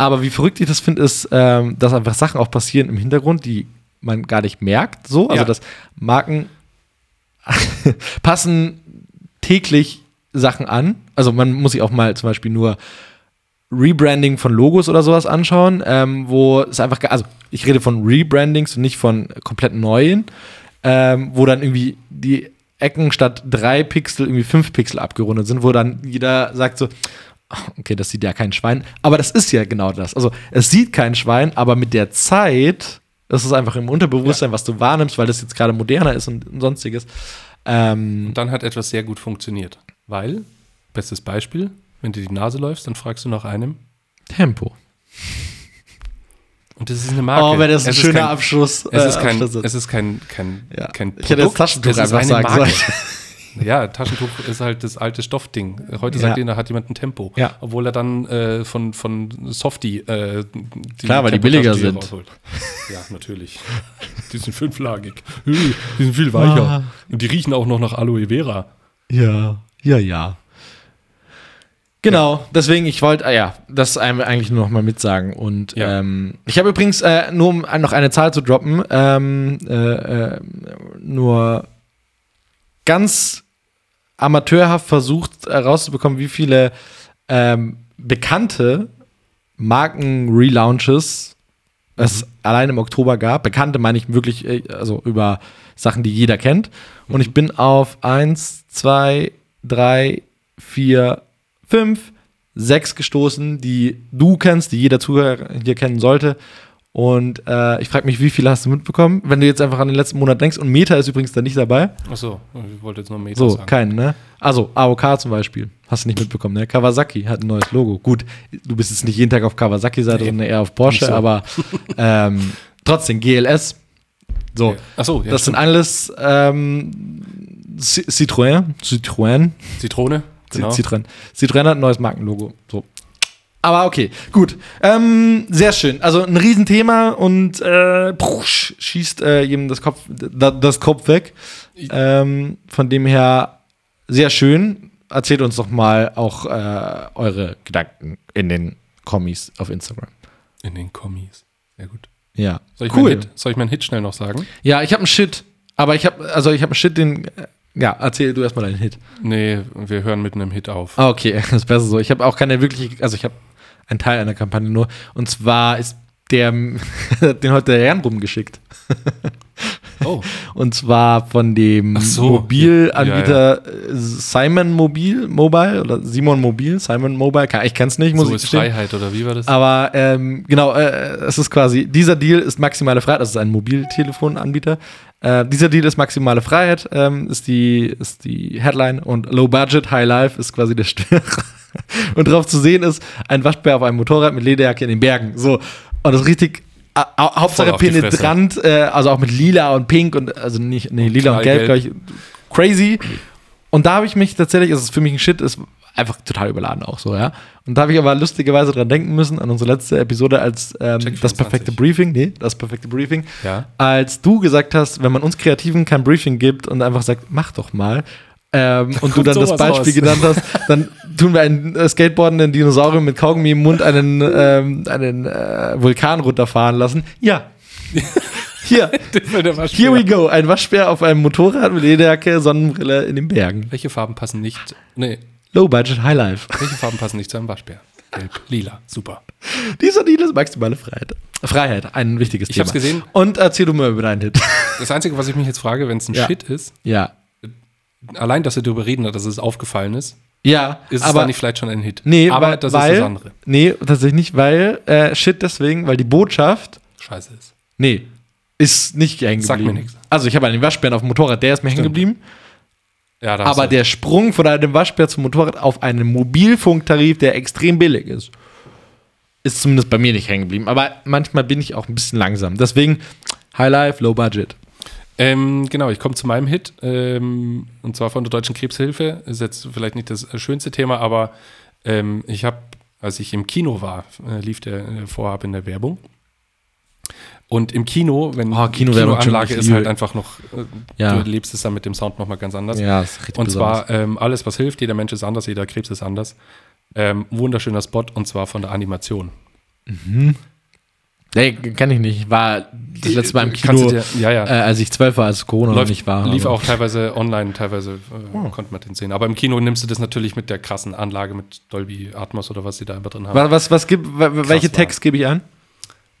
B: Aber wie verrückt ich das finde, ist, ähm, dass einfach Sachen auch passieren im Hintergrund, die man gar nicht merkt. So, also
A: Ja.
B: dass Marken passen täglich Sachen an. Also man muss sich auch mal zum Beispiel nur Rebranding von Logos oder sowas anschauen, ähm, wo es einfach, ge- also ich rede von Rebrandings und nicht von komplett neuen, ähm, wo dann irgendwie die Ecken statt drei Pixel irgendwie fünf Pixel abgerundet sind, wo dann jeder sagt so, okay, das sieht ja kein Schwein, aber das ist ja genau das. Also es sieht kein Schwein, aber mit der Zeit, das ist einfach im Unterbewusstsein, was du wahrnimmst, weil das jetzt gerade moderner ist und sonstiges. Ähm,
A: Und dann hat etwas sehr gut funktioniert. Weil, bestes Beispiel, wenn dir die Nase läufst, dann fragst du nach einem.
B: Tempo.
A: Und das ist eine Marke.
B: Oh, wäre das ein
A: Es ist
B: schöner
A: kein-
B: Abschluss.
A: Es
B: äh,
A: ist kein,
B: Abschlusssatz.
A: es ist kein, kein,
B: Ja.
A: kein
B: Ich hätte jetzt Taschentuch
A: es ist
B: einfach
A: eine
B: sagen
A: Marke.
B: sollen.
A: Ja, Taschentuch ist halt das alte Stoffding. Heute
B: Ja.
A: sagt jeder, hat jemand ein Tempo.
B: Ja.
A: Obwohl er dann äh, von, von Softie äh, die
B: Klar, weil die billiger
A: Tempotaschentücher
B: sind.
A: rausholt. Ja, natürlich. die sind fünflagig. Hü, Die sind viel
B: Ah.
A: weicher. Und die riechen auch noch nach Aloe Vera.
B: Ja, ja, ja. Genau, deswegen, ich wollte, ah ja, das einem eigentlich nur noch mal mitsagen. Und
A: Ja.
B: ähm, ich habe übrigens, äh, nur um noch eine Zahl zu droppen, ähm, äh, äh, nur ganz amateurhaft versucht herauszubekommen, wie viele ähm, bekannte Marken-Relaunches es allein im Oktober gab. Bekannte meine ich wirklich, äh, also über Sachen, die jeder kennt. Und ich bin auf 1, 2, 3, 4, 5, 6 gestoßen, die du kennst, die jeder Zuhörer hier kennen sollte. Und äh, ich frage mich, wie viele hast du mitbekommen? Wenn du jetzt einfach an den letzten Monat denkst, und Meta ist übrigens da nicht dabei.
A: Achso, ich wollte jetzt noch Meter
B: So,
A: sagen.
B: keinen, ne? Also, AOK zum Beispiel. Hast du nicht mitbekommen, ne? Kawasaki hat ein neues Logo. Gut, du bist jetzt nicht jeden Tag auf Kawasaki-Seite, sondern eher auf Porsche,
A: nicht so.
B: aber ähm, trotzdem, GLS. So,
A: Achso, ja,
B: das sind alles ähm, Ci- Citroën. Citroën.
A: Zitrone.
B: Genau. Citroën. Citroën hat ein neues Markenlogo. So. Aber okay, gut. Ähm, sehr schön. Also ein Riesenthema und äh, prusch, schießt äh, jedem das Kopf, da, das Kopf weg. Ähm, von dem her sehr schön. Erzählt uns doch mal auch äh, eure Gedanken in den Kommis auf Instagram.
A: In den Kommis. Sehr gut.
B: Ja,
A: Soll ich, meinen, Hit, soll ich meinen Hit schnell noch sagen?
B: Ja, ich habe einen Shit. Aber ich habe, also ich habe einen Shit, den. äh, Ja, erzähl du erstmal deinen Hit.
A: Nee, wir hören mit einem Hit auf.
B: Ah, okay, das ist besser so. Ich habe auch keine wirkliche, also ich habe einen Teil einer Kampagne nur. Und zwar ist der, den heute der Herrn rumgeschickt.
A: Oh,
B: Und zwar von dem
A: Ach so.
B: Mobilanbieter äh, Simon Mobil, Mobile oder Simon Mobil, Simon Mobile. Ke- Ich kenn's nicht, muss
A: so
B: ich
A: ist
B: gestehen.
A: Freiheit, oder wie war das?
B: Aber ähm, genau, äh, es ist quasi, dieser Deal ist maximale Freiheit, das ist ein Mobiltelefonanbieter. Äh, dieser Deal ist maximale Freiheit, ähm, ist, die, ist die Headline und Low Budget, High Life ist quasi der Stern. und drauf zu sehen ist ein Waschbär auf einem Motorrad mit Lederjacke in den Bergen. So, und das ist richtig. äh, hau- Hauptsache
A: auf die Fresse.
B: penetrant, äh, also auch mit lila und pink und also nicht, nee, lila und gelb,
A: Knallgelb.
B: glaube ich. Crazy. Und da habe ich mich tatsächlich, also es ist für mich ein Shit, ist einfach total überladen auch so, ja. Und da habe ich aber lustigerweise dran denken müssen, an unsere letzte Episode als ähm,
A: Check
B: das
A: 24.
B: perfekte Briefing, nee, das perfekte Briefing,
A: Ja.
B: als du gesagt hast, wenn man uns Kreativen kein Briefing gibt und einfach sagt, mach doch mal, ähm, und du
A: kommt
B: dann das
A: sowas
B: Beispiel
A: raus.
B: genannt hast, dann tun wir einen äh, skateboardenden Dinosaurier mit Kaugummi im Mund einen, ähm, einen äh, Vulkan runterfahren lassen. Ja. Hier, here we go. Ein Waschbär auf einem Motorrad mit Lederjacke, Sonnenbrille in den Bergen.
A: Welche Farben passen nicht? Nee,
B: Low Budget High Life.
A: welche Farben passen nicht zu einem Waschbär? Gelb, lila, super.
B: Dieser Deal ist maximale Freiheit. Freiheit, ein wichtiges
A: Ich
B: Thema.
A: hab's gesehen.
B: Und erzähl du mal über deinen Hit.
A: Das Einzige, was ich mich jetzt frage, wenn es ein
B: Ja.
A: Shit ist,
B: ja.
A: allein, dass wir darüber reden, dass es aufgefallen ist,
B: Ja,
A: ist es
B: aber
A: dann nicht vielleicht schon ein Hit.
B: nee,
A: aber
B: weil,
A: das
B: weil,
A: ist das andere.
B: Nee, tatsächlich nicht, weil äh, shit deswegen, weil die Botschaft
A: Scheiße ist.
B: nee, ist nicht hängen geblieben.
A: Sagt mir nix.
B: Also, ich habe einen Waschbären auf dem Motorrad, der ist mir hängen geblieben,
A: Ja, da hast
B: aber
A: du-
B: der Sprung von einem Waschbär zum Motorrad auf einen Mobilfunktarif, der extrem billig ist, ist zumindest bei mir nicht hängen geblieben, aber manchmal bin ich auch ein bisschen langsam. Deswegen High Life, Low Budget.
A: Ähm, genau, ich komme zu meinem Hit. Ähm, und zwar von der Deutschen Krebshilfe. Ist jetzt vielleicht nicht das äh, schönste Thema, aber ähm, ich habe, als ich im Kino war, äh, lief der äh, Vorhab in der Werbung. Und im Kino, wenn
B: Oh,
A: die Kinoanlage
B: Kinowerbung, Entschuldigung, ich
A: ist
B: liebe-
A: halt einfach noch, äh,
B: Ja.
A: du lebst es dann mit dem Sound nochmal ganz anders.
B: Ja, ist richtig
A: Und
B: besonders.
A: zwar ähm, alles, was hilft, jeder Mensch ist anders, jeder Krebs ist anders. Ähm, wunderschöner Spot und zwar von der Animation.
B: Nee, kann ich nicht. War das letzte Mal im
A: Kannst
B: Kino,
A: du dir- ja, ja.
B: Äh, als ich zwölf war, als Corona noch
A: Läuft-
B: nicht war.
A: Lief
B: aber-
A: auch teilweise online, teilweise äh, konnte man den sehen. Aber im Kino nimmst du das natürlich mit der krassen Anlage mit Dolby Atmos oder was die da immer drin haben.
B: Wa- Was, was gibt, wa- wa- welche
A: war.
B: Text gebe ich an?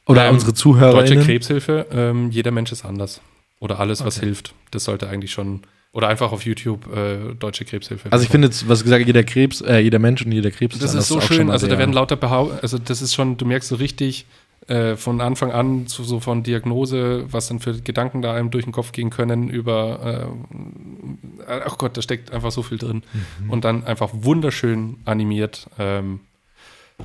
B: Oder
A: Ähm,
B: unsere
A: Deutsche
B: Zuhörer.
A: Krebshilfe, ähm, jeder Mensch ist anders. Oder alles, was hilft. Das sollte eigentlich schon. Oder einfach auf YouTube äh, Deutsche Krebshilfe.
B: Also ich finde, jetzt, was gesagt, jeder Krebs, äh, jeder Mensch und jeder Krebs
A: das
B: anders,
A: ist so
B: auch schon
A: schön.
B: mal
A: Also da
B: sehr-
A: werden lauter Behau also das ist schon, du merkst so richtig äh, von Anfang an zu, so von Diagnose, was dann für Gedanken da einem durch den Kopf gehen können über, äh, ach Gott, da steckt einfach so viel drin
B: Mhm.
A: und dann einfach wunderschön animiert. Ähm,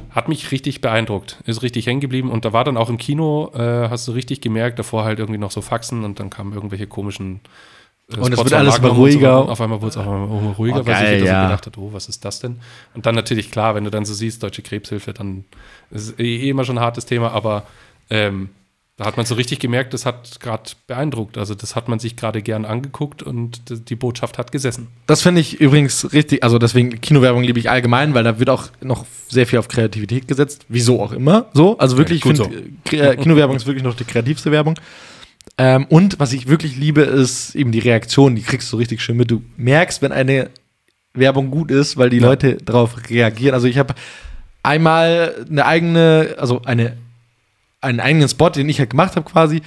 A: hat mich richtig beeindruckt, ist richtig hängen geblieben und da war dann auch im Kino, äh, hast du richtig gemerkt, davor halt irgendwie noch so Faxen und dann kamen irgendwelche komischen äh,
B: Und es
A: Spots
B: wird
A: von
B: alles immer
A: Magnum und so
B: ruhiger.
A: weiter. Auf einmal wurde es auch immer ruhiger,
B: Oh,
A: weil sich
B: geil,
A: jeder
B: ja.
A: so gedacht hat, oh, was ist das denn? Und dann natürlich klar, wenn du dann so siehst, Deutsche Krebshilfe, dann ist es eh immer schon ein hartes Thema, aber ähm, da hat man so richtig gemerkt, das hat gerade beeindruckt. Also das hat man sich gerade gern angeguckt und d- die Botschaft hat gesessen.
B: Das finde ich übrigens richtig, also deswegen Kinowerbung liebe ich allgemein, weil da wird auch noch sehr viel auf Kreativität gesetzt, wieso auch immer. So, also wirklich,
A: Ja,
B: ich
A: gut
B: finde, äh, Kre- Kinowerbung ist wirklich noch die kreativste Werbung. Ähm, und was ich wirklich liebe, ist eben die Reaktion, die kriegst du richtig schön mit. Du merkst, wenn eine Werbung gut ist, weil die
A: Ja.
B: Leute darauf reagieren. Also ich habe einmal eine eigene, also eine, einen eigenen Spot, den ich halt gemacht habe quasi,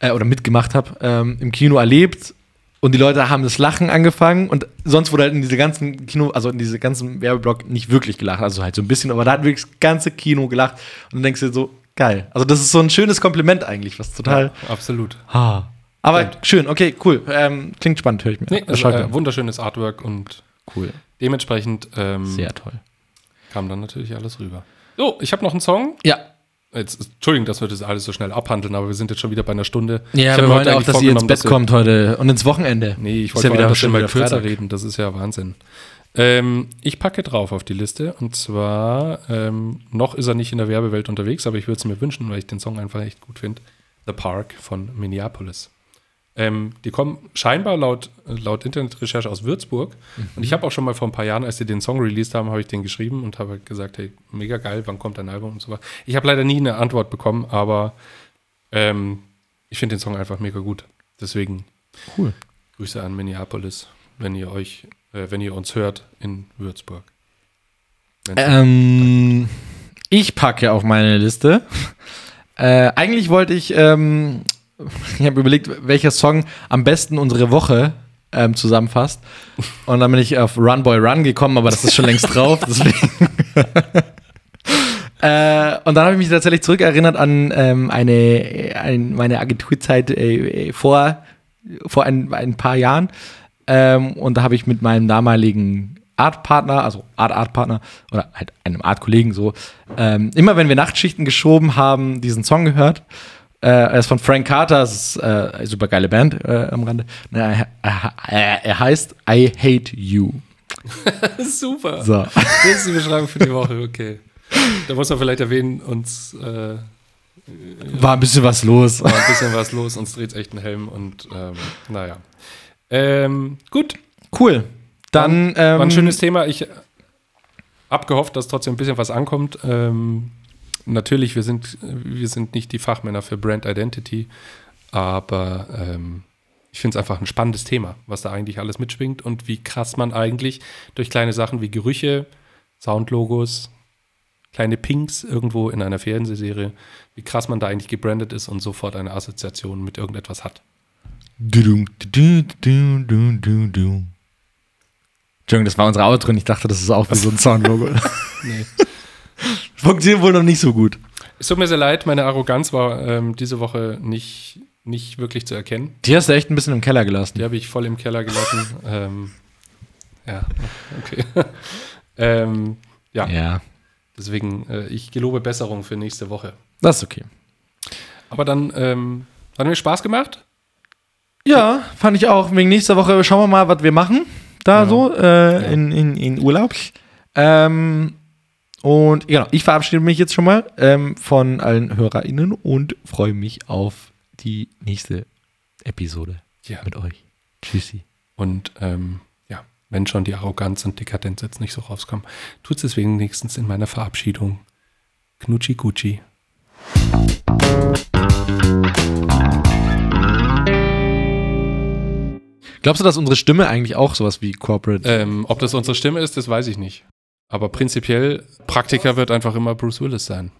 B: äh, oder mitgemacht habe, ähm, im Kino erlebt. Und die Leute haben das Lachen angefangen und sonst wurde halt in diese ganzen Kino, also in diese ganzen Werbeblock nicht wirklich gelacht. Also halt so ein bisschen, aber da hat wirklich das ganze Kino gelacht. Und dann denkst du dir so, Geil. Also, das ist so ein schönes Kompliment eigentlich, was total.
A: Absolut.
B: Ah. Aber schön, okay, cool. Ähm, klingt spannend, höre ich mir.
A: Nee,
B: an.
A: also,
B: Schau ich mir
A: äh,
B: an.
A: wunderschönes Artwork und
B: cool.
A: dementsprechend ähm,
B: Sehr toll.
A: kam dann natürlich alles rüber. So, ich habe noch einen Song.
B: Ja.
A: Jetzt, Entschuldigung, dass wir das alles so schnell abhandeln, aber wir sind jetzt schon wieder bei einer Stunde. Ich
B: Ja,
A: hab
B: wir
A: mir
B: wollen
A: heute
B: auch,
A: eigentlich
B: dass ihr ins
A: vorgenommen,
B: Bett
A: wir-
B: kommt heute und ins Wochenende.
A: Nee, ich
B: Ist
A: wollte ja wieder,
B: schon
A: schon mal kürzer
B: Freitag.
A: reden, das ist ja Wahnsinn. Ähm, ich packe drauf auf die Liste und zwar, ähm, noch ist er nicht in der Werbewelt unterwegs, aber ich würde es mir wünschen, weil ich den Song einfach echt gut finde. The Park von Minneapolis. Ähm, die kommen scheinbar laut, laut Internetrecherche aus Würzburg. Und ich habe auch schon mal vor ein paar Jahren, als sie den Song released haben, habe ich den geschrieben und habe gesagt, hey, mega geil, wann kommt dein Album und so weiter. Ich habe leider nie eine Antwort bekommen, aber ähm, ich finde den Song einfach mega gut. Deswegen
B: Cool.
A: Grüße an Minneapolis, wenn ihr euch, äh, wenn ihr uns hört in Würzburg. Wenn-
B: Ähm, ich packe auf meine Liste. Äh, eigentlich wollte ich, ähm, ich habe überlegt, welcher Song am besten unsere Woche ähm, zusammenfasst. Und dann bin ich auf Run Boy Run gekommen, aber das ist schon längst drauf. Deswegen. Äh, und dann habe ich mich tatsächlich zurückerinnert an ähm, eine, äh, ein, meine Agenturzeit äh, äh, vor, vor ein, ein paar Jahren. Ähm, und da habe ich mit meinem damaligen Art-Partner, also Art-Art-Partner oder halt einem Art-Kollegen so, ähm, immer wenn wir Nachtschichten geschoben haben, diesen Song gehört. Äh, er ist von Frank Carter, das ist äh, eine super geile Band äh, am Rande. Na, Er, er, er heißt I Hate You.
A: Super.
B: So.
A: Das ist die Beschreibung für die Woche, okay. Da muss man vielleicht erwähnen, uns äh, war
B: War ein bisschen was los.
A: ein bisschen was los, uns dreht echt einen Helm und ähm, naja. Ähm, gut,
B: Cool. Dann ähm,
A: war ein schönes Thema. Ich hab gehofft, dass trotzdem ein bisschen was ankommt. Ähm, natürlich, wir sind, wir sind nicht die Fachmänner für Brand Identity, aber ähm, ich finde es einfach ein spannendes Thema, was da eigentlich alles mitschwingt und wie krass man eigentlich durch kleine Sachen wie Gerüche, Soundlogos, kleine Pinks irgendwo in einer Fernsehserie, wie krass man da eigentlich gebrandet ist und sofort eine Assoziation mit irgendetwas hat.
B: Dudum, dudum, dudum, dudum, dudum. Entschuldigung, das war unsere Outro und ich dachte, das ist auch wie so ein Soundlogo.
A: Nee.
B: Funktioniert wohl noch nicht so gut.
A: Es tut mir sehr leid, meine Arroganz war ähm, diese Woche nicht, nicht wirklich zu erkennen.
B: Die hast du echt ein bisschen im Keller gelassen.
A: Die habe ich voll im Keller gelassen. ähm, ja, okay. ähm, ja,
B: ja.
A: deswegen, äh, ich gelobe Besserung für nächste Woche.
B: Das ist okay.
A: Aber dann ähm, hat mir Spaß gemacht.
B: Ja, fand ich auch. Wegen nächster Woche schauen wir mal, was wir machen. Da
A: Ja.
B: so, äh, In, in, in Urlaub. Ähm, und genau, ich verabschiede mich jetzt schon mal ähm, von allen HörerInnen und freue mich auf die nächste Episode
A: Ja.
B: mit euch. Tschüssi.
A: Und ähm, ja, wenn schon die Arroganz und Dekadenz jetzt nicht so rauskommen, tut es deswegen nächstens in meiner Verabschiedung. Knutschi Gucci.
B: Glaubst du, dass unsere Stimme eigentlich auch sowas wie Corporate?
A: Ähm, ob das unsere Stimme ist, das weiß ich nicht. Aber prinzipiell, Praktiker wird einfach immer Bruce Willis sein.